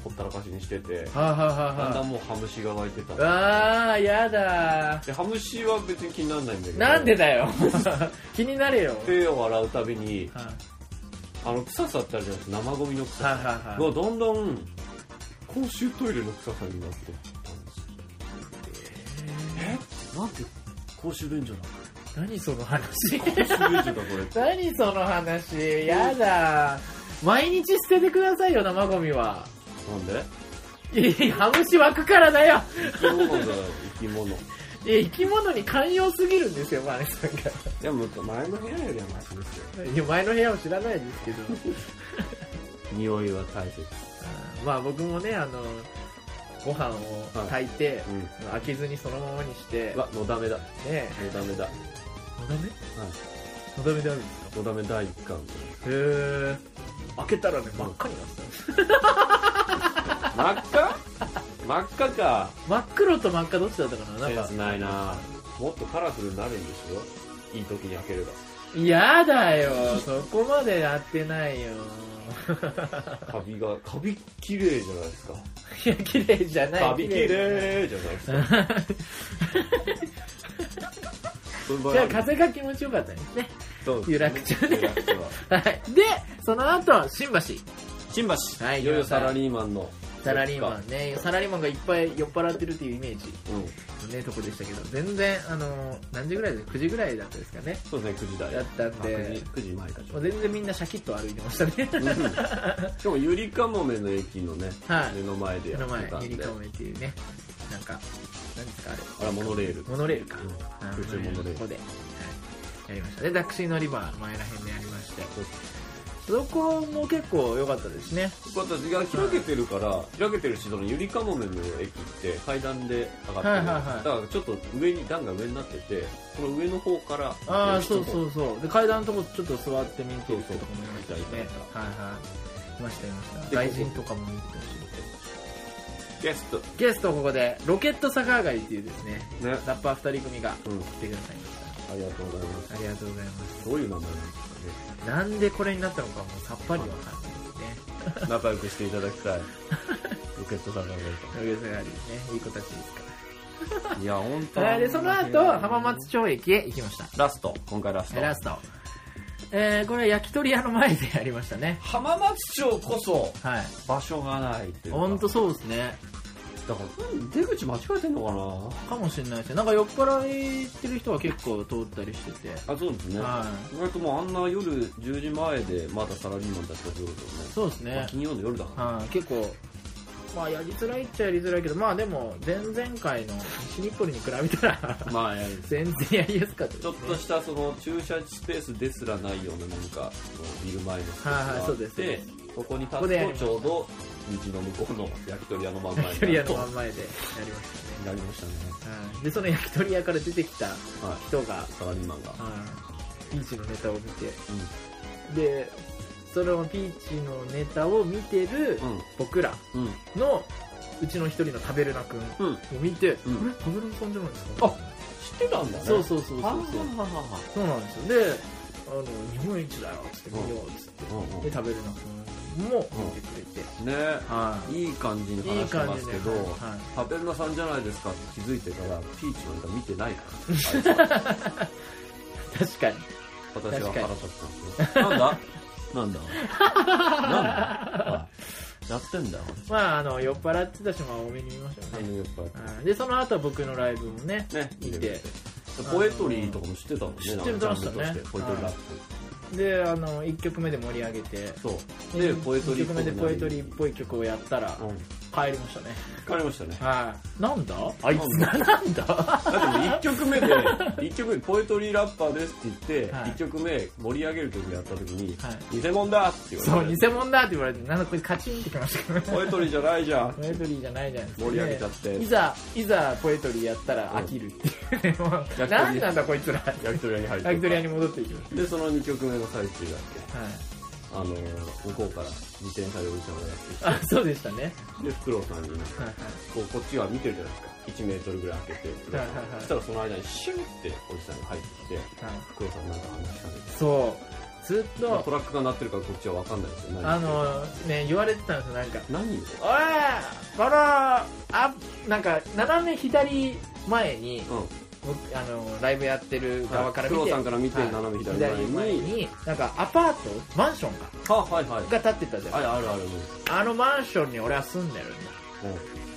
Speaker 2: ほったらかしにしてて
Speaker 1: はあ、はあ
Speaker 2: だんだ
Speaker 1: は
Speaker 2: んもうハムシが湧いてた
Speaker 1: あはあ、あーやだ
Speaker 2: でハムシは別に気にならないんだけ
Speaker 1: ー
Speaker 2: ど
Speaker 1: なんでだよ 気になれよ
Speaker 2: 手を洗うたびに
Speaker 1: はい
Speaker 2: あの臭さってあるじゃないですか生ゴミの臭
Speaker 1: はいは
Speaker 2: さ
Speaker 1: いは
Speaker 2: が
Speaker 1: い
Speaker 2: どんどん公衆トイレの臭さになってったんですよえなんで公衆便所な
Speaker 1: 何その話
Speaker 2: の公衆便所かこれって
Speaker 1: 何その話やだ毎日捨ててくださいよ生ゴミは
Speaker 2: なんで
Speaker 1: いやハムシ湧くからだよ
Speaker 2: 生き物だよ生き物
Speaker 1: いや生き物に寛容すぎるんですよマネさんが
Speaker 2: でも前の部屋よりはマシですよ
Speaker 1: いや前の部屋を知らないです けど
Speaker 2: 匂いは大切
Speaker 1: まあ僕もねあのご飯を炊いて、
Speaker 2: うん
Speaker 1: 開けずにそのままにして
Speaker 2: うわのだめだ
Speaker 1: ね
Speaker 2: のだめだは
Speaker 1: のだめのだめであるんですか
Speaker 2: いのだめ第一巻
Speaker 1: へえ開けたらね真っ赤になってた
Speaker 2: 真っ赤真っ赤か
Speaker 1: 真っ黒と真っ赤どっちだったかな
Speaker 2: セ
Speaker 1: な
Speaker 2: ン
Speaker 1: ん
Speaker 2: ス
Speaker 1: か
Speaker 2: ないなもっとカラフルになるんですよいい時に開ければ
Speaker 1: やだよそこまでやってないよ
Speaker 2: カビがカビ綺麗じゃないですか
Speaker 1: いや綺麗じゃない
Speaker 2: カビ綺麗じゃないですかそういう 場合
Speaker 1: じゃあ
Speaker 2: る
Speaker 1: 風が気持ちよかったですね
Speaker 2: そうです
Speaker 1: 有楽町ね
Speaker 2: 有楽町は
Speaker 1: はいでその後新橋
Speaker 2: 新橋、
Speaker 1: はい
Speaker 2: い、よいよサラリーマンの
Speaker 1: サラリーマンねサラリーマンがいっぱい酔っ払ってるっていうイメージ
Speaker 2: うん
Speaker 1: のねとこでしたけど全然あの何時ぐらいで9時ぐらいだったですかね
Speaker 2: そうですね9時台
Speaker 1: だったんで
Speaker 2: あ9時 ,9 時前かち
Speaker 1: も
Speaker 2: ょ
Speaker 1: う
Speaker 2: っ
Speaker 1: 全然みんなシャキッと歩いてましたね
Speaker 2: としかもゆりかもめの駅のね、
Speaker 1: はい
Speaker 2: 目の前
Speaker 1: 目
Speaker 2: でや
Speaker 1: の
Speaker 2: っ
Speaker 1: 前
Speaker 2: てた
Speaker 1: ゆ
Speaker 2: ん
Speaker 1: り
Speaker 2: で
Speaker 1: かもめっていうねなんか何ですかあれ
Speaker 2: あらモノレール
Speaker 1: モノレールか
Speaker 2: うん空中モノレ
Speaker 1: こ
Speaker 2: ー
Speaker 1: こ
Speaker 2: ル
Speaker 1: で、はい、やりましたでタクシー乗り場前ら辺でやりましてそこも結構良かったですね
Speaker 2: 私が開けてるから開けてるしそのゆりかもめの駅って階段で上がってる、
Speaker 1: はいはいはい
Speaker 2: だからちょっと上に段が上になっててその上の方から
Speaker 1: ああ
Speaker 2: 人
Speaker 1: そ
Speaker 2: も
Speaker 1: うそうそうで階段のとこちょっと座って見てる人
Speaker 2: そうそう
Speaker 1: とかもいましたしね
Speaker 2: いたい
Speaker 1: はいはいいましたいました
Speaker 2: で
Speaker 1: 外人とかも見てたし
Speaker 2: ゲスト
Speaker 1: ゲストここでロケット坂上がりっていうですね
Speaker 2: ね
Speaker 1: ラッパー2人組が
Speaker 2: うん
Speaker 1: 来てくださいまし
Speaker 2: ありがとうございます
Speaker 1: たありがとうございます
Speaker 2: どういう名前なんで
Speaker 1: なんでこれになったのかもうさっぱりわかんないですね
Speaker 2: すかね仲良くしていただきたいロケットさん
Speaker 1: お
Speaker 2: が
Speaker 1: 客さんがありですねいい子たちですか
Speaker 2: いや、本当
Speaker 1: らはいでその後浜松町駅へ行きました
Speaker 2: ラスト、今回ラスト。
Speaker 1: ラスト、えー、これは焼き鳥屋の前でやりましたね
Speaker 2: 浜松町こそ、
Speaker 1: はい
Speaker 2: 場所がないっていうか。
Speaker 1: 本当そうですね
Speaker 2: だから、うん出口間違えてんのか
Speaker 1: かもしれないですねなんか酔っ払いってる人は結構通ったりしてて
Speaker 2: なあ、そうですね。
Speaker 1: は
Speaker 2: 意外ともうあんな夜10時前でまだサラリーマンたちが来るとね。
Speaker 1: そうです
Speaker 2: まあ
Speaker 1: ね
Speaker 2: 金曜の夜だから。
Speaker 1: はい結構まあやりづらいっちゃやりづらいけどまあでも前々回の西日暮里に比べたら
Speaker 2: まあ、やる
Speaker 1: 全然やりやすかったです
Speaker 2: ちょっとしたその駐車スペースですらないようななんかビル前のスペースが
Speaker 1: はいはい
Speaker 2: あ
Speaker 1: そ
Speaker 2: っ
Speaker 1: うです
Speaker 2: てここに立つ
Speaker 1: ここでやり
Speaker 2: と
Speaker 1: まし
Speaker 2: ち
Speaker 1: た
Speaker 2: ょうど道の向こうの焼き鳥屋の真ん前
Speaker 1: 焼き鳥屋の
Speaker 2: にな
Speaker 1: 真ん前でやりましたね
Speaker 2: りましたね
Speaker 1: はいでその焼き鳥屋から出てきた
Speaker 2: は
Speaker 1: 人が
Speaker 2: いサラリーマンが、
Speaker 1: ピーチのネタを見て
Speaker 2: う
Speaker 1: でそのピーチのネタを見てる
Speaker 2: ん
Speaker 1: 僕ら
Speaker 2: うん
Speaker 1: のうちの一人の食べるな君
Speaker 2: うんうん
Speaker 1: を見て、
Speaker 2: ん
Speaker 1: あれ食べるなさんじゃないですか
Speaker 2: あ知ってたんだね
Speaker 1: そうそうそう
Speaker 2: は
Speaker 1: そ
Speaker 2: あ
Speaker 1: うそう
Speaker 2: はあはあは
Speaker 1: そうなんですよであの日本一だよっつって見ようっつって、
Speaker 2: あうん
Speaker 1: で食べるな君も見てくれて、
Speaker 2: うんね
Speaker 1: はい
Speaker 2: いい感じに
Speaker 1: いい
Speaker 2: 話して
Speaker 1: 感
Speaker 2: ま
Speaker 1: じ
Speaker 2: す
Speaker 1: で
Speaker 2: けど、
Speaker 1: はい
Speaker 2: 食べるなさんじゃないですかって気づいてからピーチのネタ見てないから
Speaker 1: 確かに
Speaker 2: 私は
Speaker 1: 確かに
Speaker 2: 腹立ったんですよ。なんだなんだなんだあやってんだよ。
Speaker 1: まああの酔っ払ってたしまあ多めに見ました
Speaker 2: あ
Speaker 1: よね、
Speaker 2: のやっぱ
Speaker 1: はいでその後は僕のライブもね
Speaker 2: ね、
Speaker 1: 見て
Speaker 2: ポエトリーとかも知ってたもんね、
Speaker 1: 知ってま
Speaker 2: なんか
Speaker 1: し
Speaker 2: ジャ
Speaker 1: た
Speaker 2: ン
Speaker 1: ね
Speaker 2: ルとして、ポエトリーラッ
Speaker 1: であの1曲目で盛り上げて
Speaker 2: プ。そう。で、ポエトリー
Speaker 1: 1曲目でポエトリーっぽい曲をやったら
Speaker 2: うん。
Speaker 1: 帰りましたね
Speaker 2: 変わりましたね。
Speaker 1: はいなんだあいつ
Speaker 2: な
Speaker 1: ななんだ
Speaker 2: だってもう1曲目で、1曲目、ポエトリーラッパーですって言って、
Speaker 1: はい
Speaker 2: 1曲目盛り上げる曲やった時に
Speaker 1: は、
Speaker 2: 偽物だって言
Speaker 1: そ
Speaker 2: わ
Speaker 1: う
Speaker 2: れて、
Speaker 1: 偽物だって言われてなんだこれカチンってきましたけどね
Speaker 2: ポエトリーじゃないじゃん。
Speaker 1: ポエトリーじゃないじゃないですか、
Speaker 2: 盛り上げちゃって
Speaker 1: いざいざポエトリーやったら飽きるっていう、もう
Speaker 2: 鳥
Speaker 1: 何なんだこいつら
Speaker 2: 焼き鳥屋に入って。
Speaker 1: 焼き鳥屋に戻っていきまし
Speaker 2: で、その2曲目の最中だっけ。
Speaker 1: た、はい、
Speaker 2: あの向こうから自転車でおじちゃんがやってき
Speaker 1: あそうでしたね
Speaker 2: てでフクロウさんに
Speaker 1: はいはい
Speaker 2: こうこっちは見てるじゃないですか1メートルぐらい開けてフクロウさん
Speaker 1: はいはいはい
Speaker 2: そしたらその間にシューっておじさんが入ってきて
Speaker 1: はい
Speaker 2: フクロウさんなんか話しかけて
Speaker 1: そうずっ
Speaker 2: まあト
Speaker 1: と
Speaker 2: ラックが鳴ってるからこっちは分かんないですよ何
Speaker 1: あのね言われてたんですよなんか
Speaker 2: 何を
Speaker 1: 「おいこのあなんか斜め左前に僕あのライブやってる側から見
Speaker 2: はい
Speaker 1: て、
Speaker 2: 黒さんから見て
Speaker 1: はい
Speaker 2: 斜め左前に
Speaker 1: 左前になんかアパートマンションか
Speaker 2: ははいはい
Speaker 1: が建ってたじゃん、
Speaker 2: はいあるあるもう
Speaker 1: あのマンションに俺は住んでるんだ
Speaker 2: うん
Speaker 1: ね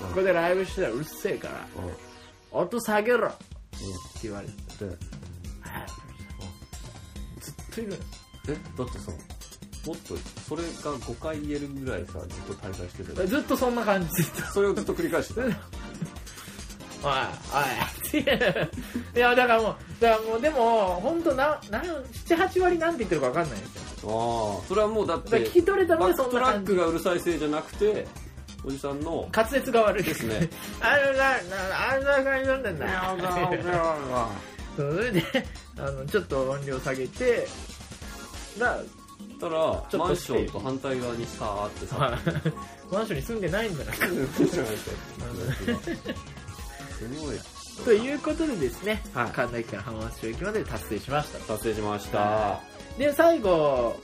Speaker 2: うん
Speaker 1: ここでライブしてたらうるせえから
Speaker 2: うん
Speaker 1: 音下げろって
Speaker 2: う
Speaker 1: 言われて
Speaker 2: ん
Speaker 1: は
Speaker 2: で
Speaker 1: いずっといるの
Speaker 2: えだってさもっとそれが5回言えるぐらいさずっと滞在してたよ
Speaker 1: ずっとそんな感じで
Speaker 2: それをずっと繰り返してたよ
Speaker 1: おいおいいやだからもうだからもうでも本当なな78割なんて言ってるか分かんないんですよ
Speaker 2: ああそれはもうだっ
Speaker 1: だから
Speaker 2: て
Speaker 1: 聞き取れたの
Speaker 2: バ
Speaker 1: で
Speaker 2: ッ
Speaker 1: そ
Speaker 2: ク
Speaker 1: ん
Speaker 2: ト
Speaker 1: な
Speaker 2: ラッ
Speaker 1: 感
Speaker 2: ク
Speaker 1: じ
Speaker 2: がうるさいせいじゃなくておじさんの
Speaker 1: 滑舌が悪い
Speaker 2: ですね
Speaker 1: あのななあんな感じなんだよなそれであのちょっと音量下げてだ
Speaker 2: たらマンションと反対側にさーってさ
Speaker 1: まあマンションに住んでないんだな
Speaker 2: すごい
Speaker 1: ということでですね、
Speaker 2: はい
Speaker 1: 神田駅から浜松町駅まで達成しました
Speaker 2: 達成しました
Speaker 1: で最後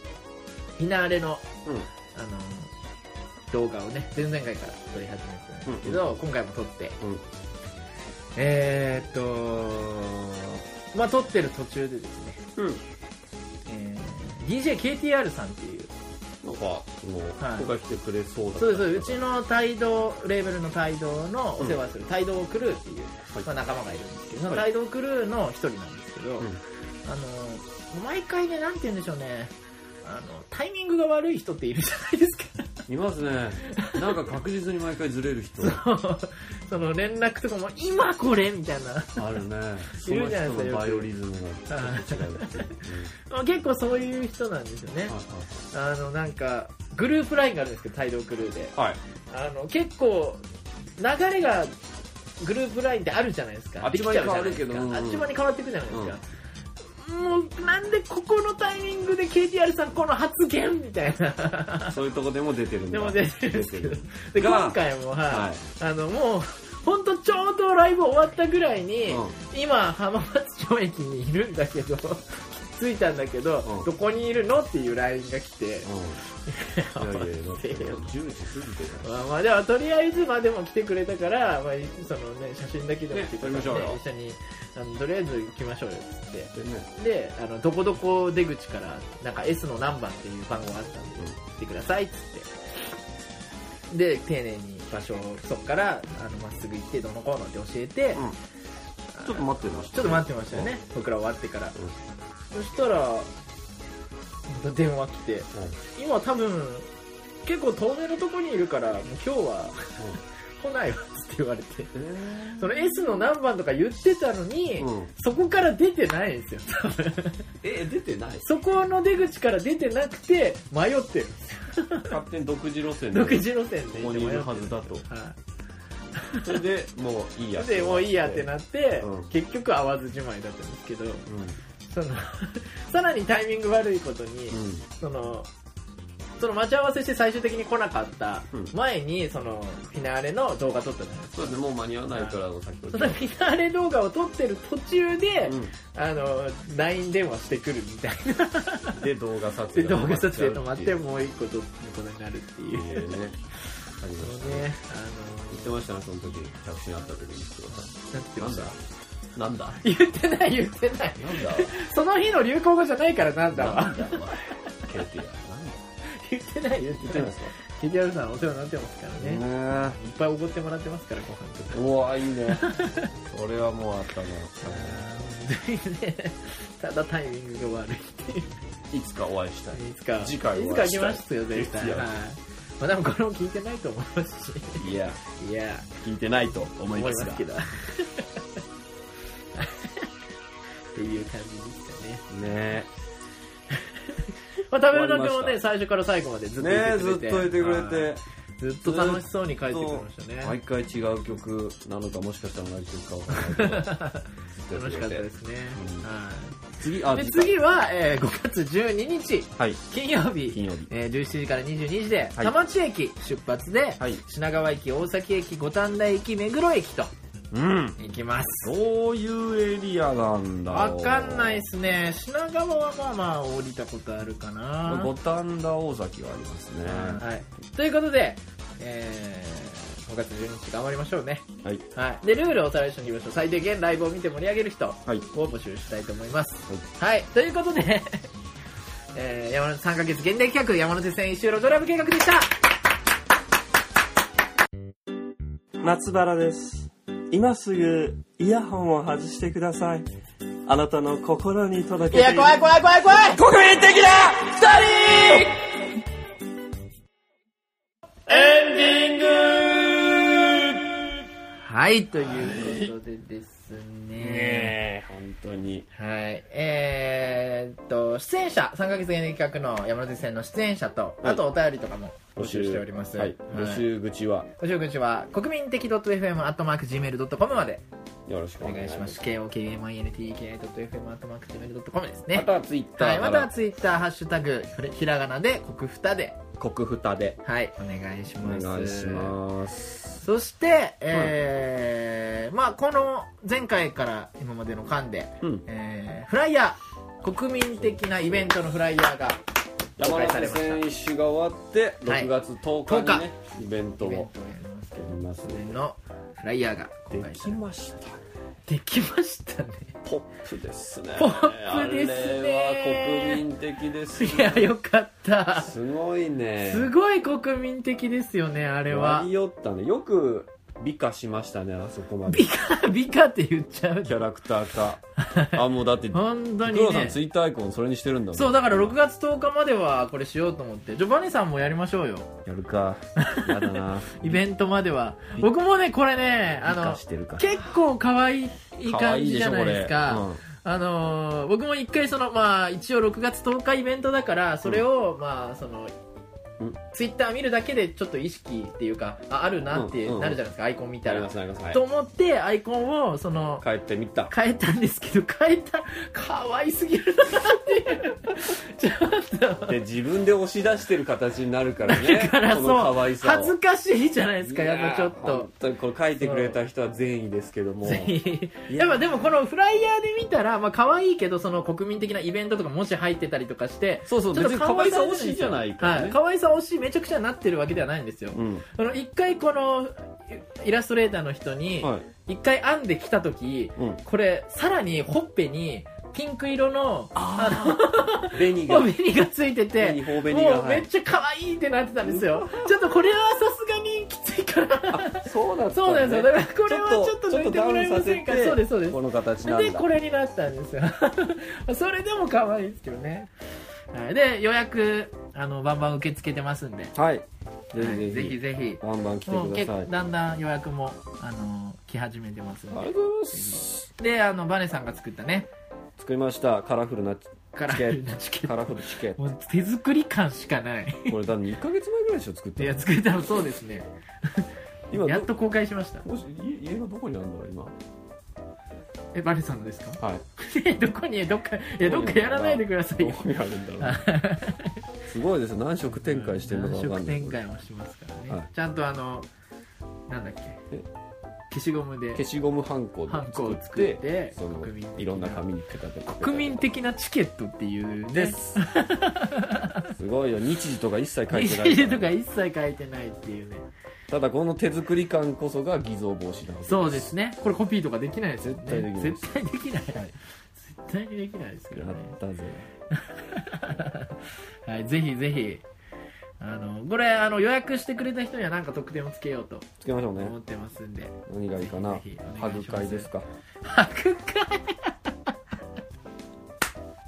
Speaker 1: フィナーレの
Speaker 2: うん
Speaker 1: あの動画をね前々回から撮り始めてたんですけど、今回も撮って
Speaker 2: うん
Speaker 1: えー、っとまあ撮ってる途中でですね、
Speaker 2: うん
Speaker 1: えー、DJKTR さんっていう
Speaker 2: なんかその
Speaker 1: はい
Speaker 2: 今回来てくれそうだ
Speaker 1: そうですそうですうちの帯同レーベルの帯同のお世話する帯同クルーっていう、
Speaker 2: はい
Speaker 1: まあ、仲間がいるんですけど、
Speaker 2: はい
Speaker 1: その帯同クルーの一人なんですけど、
Speaker 2: うん
Speaker 1: あの毎回ねなんて言うんでしょうねあのタイミングが悪い人っているじゃないですか
Speaker 2: いますねなんか確実に毎回ずれる人
Speaker 1: その連絡とかも今これみたいな
Speaker 2: あるねそ
Speaker 1: い
Speaker 2: の
Speaker 1: るじゃないです
Speaker 2: 人
Speaker 1: か
Speaker 2: のバイオリズムがちょっと違うっていう
Speaker 1: 結構そういう人なんですよね
Speaker 2: うん
Speaker 1: あのなんかグループラインがあるんですけど帯同クルーで
Speaker 2: はい
Speaker 1: あの結構流れがグループラインってあるじゃないですか
Speaker 2: あっちまで変わるけど
Speaker 1: できちゃうじゃないですかあっちまで変わっていくじゃないですか、もうなんでここのタイミングで KTR さんこの発言みたいな
Speaker 2: そういうとこでも出てるんだ
Speaker 1: でも出てるんですけど
Speaker 2: 出て
Speaker 1: で
Speaker 2: が
Speaker 1: 今回も、はい
Speaker 2: はい
Speaker 1: あのもう本当ちょうどライブ終わったぐらいに、
Speaker 2: うん
Speaker 1: 今浜松町駅にいるんだけど ついたんだけど、
Speaker 2: うん
Speaker 1: どこにいるのっていう LINE が来て、
Speaker 2: うんいやいやだって
Speaker 1: 待ってよ
Speaker 2: 10時過ぎてる
Speaker 1: まあまあでもとりあえずまあでも来てくれたから、まあ、いそのね写真だけでも来てくれたから
Speaker 2: ね撮りま
Speaker 1: 一緒にあのとりあえず行きましょうよっつって
Speaker 2: でね
Speaker 1: であのどこどこ出口からなんか S の何番っていう番号があったんで、
Speaker 2: うん
Speaker 1: 来てくださいっつってで丁寧に場所をそっからあのまっすぐ行ってどのこうのって教えて、
Speaker 2: うんちょっと待ってました
Speaker 1: ちょっと待ってましたよね、僕ら終わってから、そしたら電話来て
Speaker 2: うんうん
Speaker 1: 今多分結構遠目のとこにいるからもう今日は 来ないわっつって言われて
Speaker 2: え
Speaker 1: その S の何番とか言ってたのに、
Speaker 2: ーうん
Speaker 1: そこから出てないんですよ多分
Speaker 2: え出てない
Speaker 1: そこの出口から出てなくて迷ってる
Speaker 2: 勝手に独自路線で
Speaker 1: 独自路線で
Speaker 2: ここにいるはずだと
Speaker 1: は
Speaker 2: それでもういいや
Speaker 1: い、でもういいやってなって、
Speaker 2: うん
Speaker 1: 結局会わずじまいだったんですけど
Speaker 2: うん
Speaker 1: そ のさらにタイミング悪いことに、
Speaker 2: うん
Speaker 1: そのその待ち合わせして最終的に来なかった
Speaker 2: うん
Speaker 1: 前にそのフィナーレの動画撮ったじゃないですか
Speaker 2: そうですねもう間に合わないから先ほ
Speaker 1: そ
Speaker 2: ど
Speaker 1: のフィナーレ動画を撮ってる途中で、
Speaker 2: う
Speaker 1: あの LINE 電話してくるみたい なん
Speaker 2: で動画撮
Speaker 1: で
Speaker 2: 影
Speaker 1: 動画撮影止
Speaker 2: 止
Speaker 1: ま
Speaker 2: ま
Speaker 1: っ
Speaker 2: ってて
Speaker 1: もう一個撮ってことになるっていう
Speaker 2: ねありましたね
Speaker 1: ね
Speaker 2: 言ってましたねその時着信あった時に言ってくださ
Speaker 1: あのなって
Speaker 2: い
Speaker 1: ま
Speaker 2: な
Speaker 1: し
Speaker 2: ん
Speaker 1: た
Speaker 2: だな
Speaker 1: 言って
Speaker 2: んだ
Speaker 1: ない言ってない
Speaker 2: なんだ
Speaker 1: その日の流行語じゃないからなんだ
Speaker 2: な
Speaker 1: わ
Speaker 2: んだお前ケイティなんだ
Speaker 1: 言ってない言っ
Speaker 2: 言ってて
Speaker 1: な
Speaker 2: ま
Speaker 1: い
Speaker 2: すか
Speaker 1: KTR さんお世話になってますからね、いっ
Speaker 2: ね
Speaker 1: ぱいおごってもらってますからご飯とか
Speaker 2: えうわいいねそれはもうあったね
Speaker 1: 本当にね ただタイミングが悪いっていう
Speaker 2: いつかお会いしたい
Speaker 1: いつか
Speaker 2: 次回
Speaker 1: い
Speaker 2: は
Speaker 1: つか来ますよ絶
Speaker 2: い
Speaker 1: 対
Speaker 2: つや
Speaker 1: はいまあでもこれも聞いてないと思いますし
Speaker 2: いや
Speaker 1: いや
Speaker 2: 聞いてないと思
Speaker 1: 思
Speaker 2: い
Speaker 1: い
Speaker 2: ま
Speaker 1: ますす
Speaker 2: が
Speaker 1: けど っていう感じでしたね
Speaker 2: ね
Speaker 1: まあ、食べるだけも
Speaker 2: 終わりま
Speaker 1: ね、
Speaker 2: した
Speaker 1: 最初から最後までずっとい
Speaker 2: ね
Speaker 1: て
Speaker 2: ずっ
Speaker 1: くれ
Speaker 2: と
Speaker 1: て。
Speaker 2: いてくれ
Speaker 1: は
Speaker 2: て
Speaker 1: い。ずっと楽しそうに帰ってくれましたね。
Speaker 2: 毎回違う曲なのかもしかしたら同じ曲かわからないけど
Speaker 1: 楽しかったですね。
Speaker 2: うん
Speaker 1: は
Speaker 2: 次あ
Speaker 1: い。で、
Speaker 2: 回
Speaker 1: 次は、えー5月12日、
Speaker 2: はい
Speaker 1: 金曜日。
Speaker 2: 金曜日
Speaker 1: えー17時から22時で、
Speaker 2: はい
Speaker 1: 田町駅出発で、
Speaker 2: はい
Speaker 1: 品川駅、大崎駅、五反田駅、目黒駅と
Speaker 2: うん
Speaker 1: 行きます。
Speaker 2: どういうエリアなんだろ
Speaker 1: わ
Speaker 2: う
Speaker 1: かんないっすね。品川はまあまあ降りたことあるかな。
Speaker 2: 五反田大崎はありますね
Speaker 1: はい。ということで、えー5月12日頑張りましょうね。
Speaker 2: はい
Speaker 1: はい、でルールをおさらいしておきましょう最低限ライブを見て盛り上げる人を
Speaker 2: はい
Speaker 1: 募集したいと思いますはい、ということで、 えー、山手3ヶ月限定企画山手線一周路ドラム計画でした
Speaker 3: 松原です今すぐイヤホンを外してくださいあなたの心に届け
Speaker 1: いや怖い怖い怖い怖い
Speaker 3: 国民的な
Speaker 2: エンディング
Speaker 1: はいということでですね
Speaker 2: ねえ本当に
Speaker 1: はいえー、っと出演者3ヶ月限定企画の山手線の出演者と、
Speaker 2: はい
Speaker 1: あとお便りとかも募集しております
Speaker 2: はい募集口は
Speaker 1: ご紹介しは国民的 .fm.gmail.com まで
Speaker 2: よろしくお
Speaker 1: お
Speaker 2: 願
Speaker 1: 願
Speaker 2: い
Speaker 1: い
Speaker 2: し
Speaker 1: し
Speaker 2: ま
Speaker 1: ますす。KOKMINTK.fm.gmail.com です
Speaker 2: ま
Speaker 1: ね。
Speaker 2: たツイッタ
Speaker 1: はい、
Speaker 2: ーか
Speaker 1: また
Speaker 2: ら
Speaker 1: ツイッター、ハッシュタグ、これひらがなで、国ふたで、
Speaker 2: 国ふたで
Speaker 1: はい、お願いし
Speaker 2: お願
Speaker 1: ま
Speaker 2: い
Speaker 1: す。
Speaker 2: します
Speaker 1: そして、えー、まあこの前回から今までの間で、
Speaker 2: うん
Speaker 1: えー、フライヤー、国民的なイベントのフライヤーが公
Speaker 2: 山
Speaker 1: 開さ
Speaker 2: 手
Speaker 1: れました。イ
Speaker 2: 線
Speaker 1: ベン
Speaker 2: 一周が終わって
Speaker 1: はい
Speaker 2: 6月10日にねイベント
Speaker 1: トをや
Speaker 2: を
Speaker 1: りますけ
Speaker 2: や
Speaker 1: ど、
Speaker 2: りますね
Speaker 1: のフライヤーが公
Speaker 2: で
Speaker 1: 開さ
Speaker 2: き
Speaker 1: れ
Speaker 2: ました
Speaker 1: できましたね。
Speaker 2: ポップですね
Speaker 1: ポップですね
Speaker 2: あれは国民的です
Speaker 1: いや、
Speaker 2: ね
Speaker 1: よかった。
Speaker 2: すごいね
Speaker 1: すごい国民的ですよね、あれは
Speaker 2: 割。り寄ったねよく美化しましたねあそこまで
Speaker 1: 美化、美化って言っちゃう
Speaker 2: キ。ャラクター化あもうだって 黒
Speaker 1: 本当に、
Speaker 2: 田さん
Speaker 1: ね
Speaker 2: ツ。イッターアイコンそれにしてるんだもん
Speaker 1: そう、だから6月10日まではこれしようと思って。ジョバニさんもやりましょうよ。
Speaker 2: やるかやだな
Speaker 1: イベントまでは。僕もね、これね、 あ
Speaker 2: 美化
Speaker 1: の
Speaker 2: し、てるか
Speaker 1: 結構可愛い
Speaker 2: 可愛
Speaker 1: 感じじゃないですか。
Speaker 2: でしょこ
Speaker 1: あのー僕も一回その、まあ一応6月10日イベントだから、それを、まあその
Speaker 2: うん、
Speaker 1: ツイッター見るだけでちょっと意識っていうか、ああるなってなるじゃないですか、アイコン見
Speaker 2: れ
Speaker 1: た
Speaker 2: やり
Speaker 1: ら
Speaker 2: ま。すやりますはい
Speaker 1: と思ってアイコンをその
Speaker 2: 帰ってみた
Speaker 1: 変えたんですけど変えた可愛すぎるなっていうちょっ
Speaker 2: で自分で押し出してる形になるからね
Speaker 1: だから
Speaker 2: こ
Speaker 1: そ
Speaker 2: の可
Speaker 1: う
Speaker 2: 愛さを
Speaker 1: 恥ずかしいじゃないですかやっぱちょっ
Speaker 2: いやー
Speaker 1: と
Speaker 2: 本当にこれ書いてくれた人は善意ですけども
Speaker 1: ぜひ やっぱでもこのフライヤーで見たらまあ可愛いけどその国民的なイベントとかもし入ってたりとかして
Speaker 2: そうそう
Speaker 1: ちょっ
Speaker 2: 別
Speaker 1: と
Speaker 2: に可愛さ惜しいじゃないからね
Speaker 1: はい可愛さ惜しいめちゃくちゃなってるわけではないんですよ
Speaker 2: うん
Speaker 1: その一回このイラストレーターの人に
Speaker 2: はい
Speaker 1: 一回編んできた時
Speaker 2: うん
Speaker 1: これさらにほっぺにピンク色の
Speaker 2: 紅が
Speaker 1: 紅がついてて
Speaker 2: 紅頬紅が
Speaker 1: もう
Speaker 2: は
Speaker 1: め
Speaker 2: い
Speaker 1: っちゃ可愛いってなってたんですよちょっとこれはさすがにきついから
Speaker 2: そうだった
Speaker 1: そうなんですよだからこ
Speaker 2: こ
Speaker 1: れはちょっと抜いてもらえませんかそうですそうです
Speaker 2: この形なんだ
Speaker 1: でこれになったんですよ それでも可愛いですけどねはいで予約あのバンバン受け付けてますんで
Speaker 2: はいぜ
Speaker 1: はい
Speaker 2: ひぜ
Speaker 1: ぜひ
Speaker 2: ひ
Speaker 1: ぜひ
Speaker 2: バンバン来て
Speaker 1: もう
Speaker 2: くだ
Speaker 1: 結
Speaker 2: さ
Speaker 1: 構
Speaker 2: い
Speaker 1: だんだん予約も、あの来始めてますん
Speaker 2: ありが
Speaker 1: で
Speaker 2: とうございます
Speaker 1: であのバネさんが作ったね
Speaker 2: 作りましたカラフルなチ
Speaker 1: カラフルなチケッ
Speaker 2: カ
Speaker 1: ト
Speaker 2: ラフルチケッ
Speaker 1: もう手作り感しか ない
Speaker 2: トこれだって1ヶ月前ぐらいでしょ作っ
Speaker 1: い
Speaker 2: たの
Speaker 1: や作ったのそうですね
Speaker 2: 今
Speaker 1: やっ
Speaker 2: ど
Speaker 1: と公開しました
Speaker 2: もし家家がどこにあるんだろう今
Speaker 1: えバネさんのですか
Speaker 2: はい
Speaker 1: えどこにどっかいやどっかやらないでください
Speaker 2: ど
Speaker 1: よ
Speaker 2: こにあるんだろ うすごいですよ何色展開してるのか分かんない
Speaker 1: 何色展開もしますからね、
Speaker 2: はい
Speaker 1: ちゃんとあのなんだっけ
Speaker 2: え
Speaker 1: 消しゴムで
Speaker 2: 消しゴムハンコで
Speaker 1: ハンコ
Speaker 2: 作
Speaker 1: を
Speaker 2: っ
Speaker 1: 作ってて
Speaker 2: その
Speaker 1: 国民的ない
Speaker 2: ろんな紙にペタペタペタ
Speaker 1: 国民的なチケットっていうね
Speaker 2: ですすごいよ日時とか一切書いてない
Speaker 1: 日時とか一切書いてないっていうね
Speaker 2: ただこの手作り感こそが偽造防止なわけ
Speaker 1: そうですねこれコピーとかできないですよね
Speaker 2: 絶対できない
Speaker 1: 絶対できない、
Speaker 2: はい
Speaker 1: 絶対にできないですけど
Speaker 2: や
Speaker 1: ね、
Speaker 2: ったぜ
Speaker 1: はい、ぜひぜひあのこれあの予約してくれた人には何か特典をつけようと
Speaker 2: つけましょうね
Speaker 1: 思ってますんで、
Speaker 2: 何がいいかな
Speaker 1: ぜひぜひお
Speaker 2: ハ
Speaker 1: 願い
Speaker 2: グ
Speaker 1: します
Speaker 2: 会ですか
Speaker 1: 白会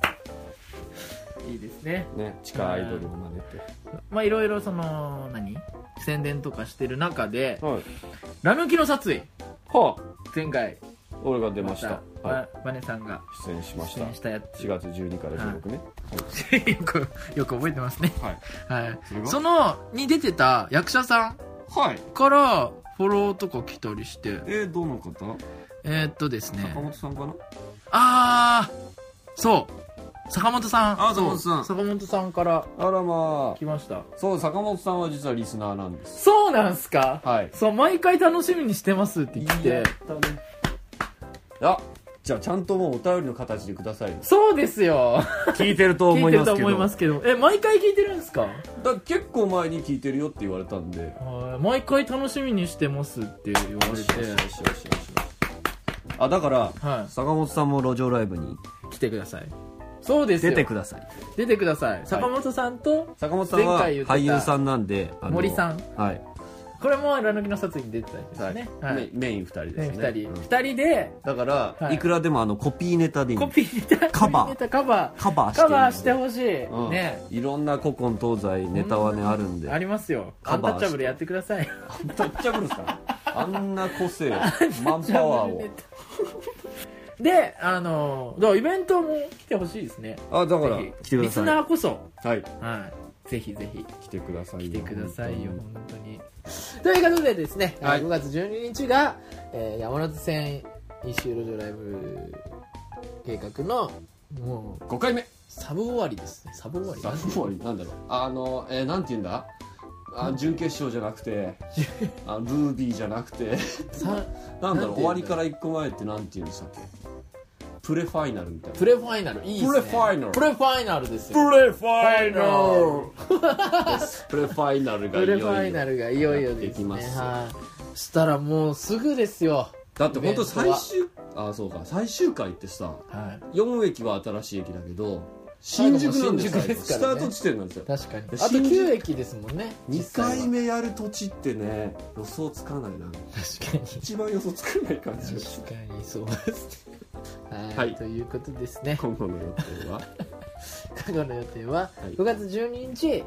Speaker 1: いいですね
Speaker 2: ね地下アイドルを真似て
Speaker 1: まあいろいろその何宣伝とかしてる中で
Speaker 2: はい
Speaker 1: ラムキの殺意
Speaker 2: は
Speaker 1: 前回
Speaker 2: あ俺が出ました
Speaker 1: ま
Speaker 2: はい
Speaker 1: バネさんが
Speaker 2: 出演しまし
Speaker 1: 出
Speaker 2: た
Speaker 1: 演したやつ
Speaker 2: 4月12から16ね
Speaker 1: よくよく覚えてますね
Speaker 2: はい
Speaker 1: はい
Speaker 2: それは
Speaker 1: そのに出てた役者さん
Speaker 2: はい
Speaker 1: からフォローとか来たりして
Speaker 2: えーどの方
Speaker 1: えー、っとですね
Speaker 2: さんかな
Speaker 1: ああそう坂本さん
Speaker 2: あ坂本さん
Speaker 1: そう坂本さんから
Speaker 2: あらま
Speaker 1: 来ました
Speaker 2: あそう坂本さんは実はリスナーなんです
Speaker 1: そうなんすか
Speaker 2: はい
Speaker 1: そう毎回楽しみにしてますって言って
Speaker 2: あじゃあちゃんともうお便りの形でくださいよ
Speaker 1: そうですよ
Speaker 2: 聞いてると
Speaker 1: 聞いてると思いますけどえ毎回聞いてるんですか
Speaker 2: だ結構前に聞いてるよって言われたんで
Speaker 1: はい毎回楽しみにしてますって言われて
Speaker 2: あだから、
Speaker 1: はい
Speaker 2: 坂本さんも路上ライブに
Speaker 1: 来てくださいそうですよ
Speaker 2: 出てください
Speaker 1: 出てください坂本さんと、
Speaker 2: 坂本さんは
Speaker 1: 前回言ってた
Speaker 2: 俳優さんなんであの
Speaker 1: 森さん
Speaker 2: はい、
Speaker 1: これも「ラヌキの殺意」に出てたんですよね、は
Speaker 2: はいい、メメイン2人です
Speaker 1: ね
Speaker 2: ね
Speaker 1: 二人、
Speaker 2: うん
Speaker 1: 二人で
Speaker 2: だから、
Speaker 1: はい
Speaker 2: い、くらでもあのコピーネタでいい
Speaker 1: コピーネタ
Speaker 2: カバー
Speaker 1: コピネタカバー
Speaker 2: カバーして
Speaker 1: カバーしてほしい、
Speaker 2: うん
Speaker 1: ね
Speaker 2: いろんな古今東西ネタはねあるんで
Speaker 1: ありますよア
Speaker 2: カ
Speaker 1: ンタ
Speaker 2: バーして
Speaker 1: ッチャブルやってください
Speaker 2: とっちゃぶるんす かあんな個性マンパワーを
Speaker 1: であのだからイベントも来てほしいですね
Speaker 2: あだから
Speaker 1: ぜひ
Speaker 2: 来てくだ
Speaker 1: リス
Speaker 2: さ
Speaker 1: ナーこそ
Speaker 2: いはい
Speaker 1: はいぜひぜひ
Speaker 2: 来てください
Speaker 1: 来
Speaker 2: よ
Speaker 1: てくださいよ本当にということでですね、
Speaker 2: はい
Speaker 1: 5月12日が、えー山手線一周路上ライブ計画のもう
Speaker 2: 5回目
Speaker 1: サブ終わりですねサブ終わり
Speaker 2: さあつまりなんだろうあのえー、なんて言うんだあ準決勝じゃなく てあルービーじゃなくて
Speaker 1: さ
Speaker 2: な
Speaker 1: なんて言う
Speaker 2: んだろ
Speaker 1: んだ
Speaker 2: う終わりから1個前ってなんて言うんでしたっけプレファイナルみたいな
Speaker 1: プレファイナルいいですね
Speaker 2: プレファイナル
Speaker 1: プレファイナルですよ
Speaker 2: プレファ
Speaker 1: イナ
Speaker 2: ルです プレファイナル
Speaker 1: プ
Speaker 2: がいよ
Speaker 1: レ
Speaker 2: い
Speaker 1: フ
Speaker 2: よ
Speaker 1: ァイナルがいよいよ
Speaker 2: や
Speaker 1: で
Speaker 2: って
Speaker 1: す
Speaker 2: き
Speaker 1: ね
Speaker 2: ます
Speaker 1: はいしたらもうすぐですよ
Speaker 2: だって
Speaker 1: イ
Speaker 2: 本当
Speaker 1: ベント
Speaker 2: 最
Speaker 1: は
Speaker 2: 終あそうか最終回ってさ
Speaker 1: は
Speaker 2: 4駅は新しい駅だけど新宿なんです
Speaker 1: 最
Speaker 2: よ
Speaker 1: 後も新宿です
Speaker 2: ス
Speaker 1: か
Speaker 2: タ
Speaker 1: らね
Speaker 2: ート地点なんですよ
Speaker 1: い確かにあと
Speaker 2: 新宿
Speaker 1: 9駅ですもんね
Speaker 2: 2回
Speaker 1: 目
Speaker 2: 目やる土地ってね予想つかないな
Speaker 1: 確かに
Speaker 2: 一番予想つかない感じで す
Speaker 1: 確かにそうですねはい、
Speaker 2: はい
Speaker 1: ということですね
Speaker 2: 今後の予定は
Speaker 1: 過去の予定は
Speaker 2: はい
Speaker 1: 5月12日、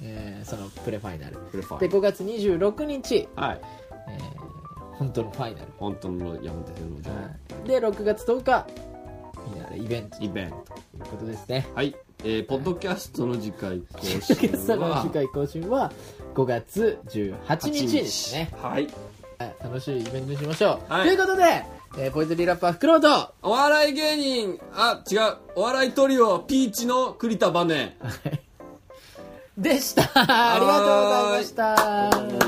Speaker 1: えーそのプレファイナル
Speaker 2: プレファ
Speaker 1: で
Speaker 2: イ
Speaker 1: 5月26日、
Speaker 2: はい
Speaker 1: えー本当のファイナル、
Speaker 2: 本当の山手線のじゃない
Speaker 1: で6月10日フィナーレイベントとい
Speaker 2: イベント
Speaker 1: うことですね
Speaker 2: はいえーポッドキャストの次回更
Speaker 1: 6月
Speaker 2: 新
Speaker 1: の
Speaker 2: は
Speaker 1: 次回更新は5月18日ですね
Speaker 2: はい
Speaker 1: はい楽しいイベントにしましょう、
Speaker 2: はい
Speaker 1: ということでえー、ポイズリーラッパーフクロウと
Speaker 2: お笑い芸人、あ、違う、お笑いトリオ、ピーチの栗田バネ。
Speaker 1: でしたありがとうございました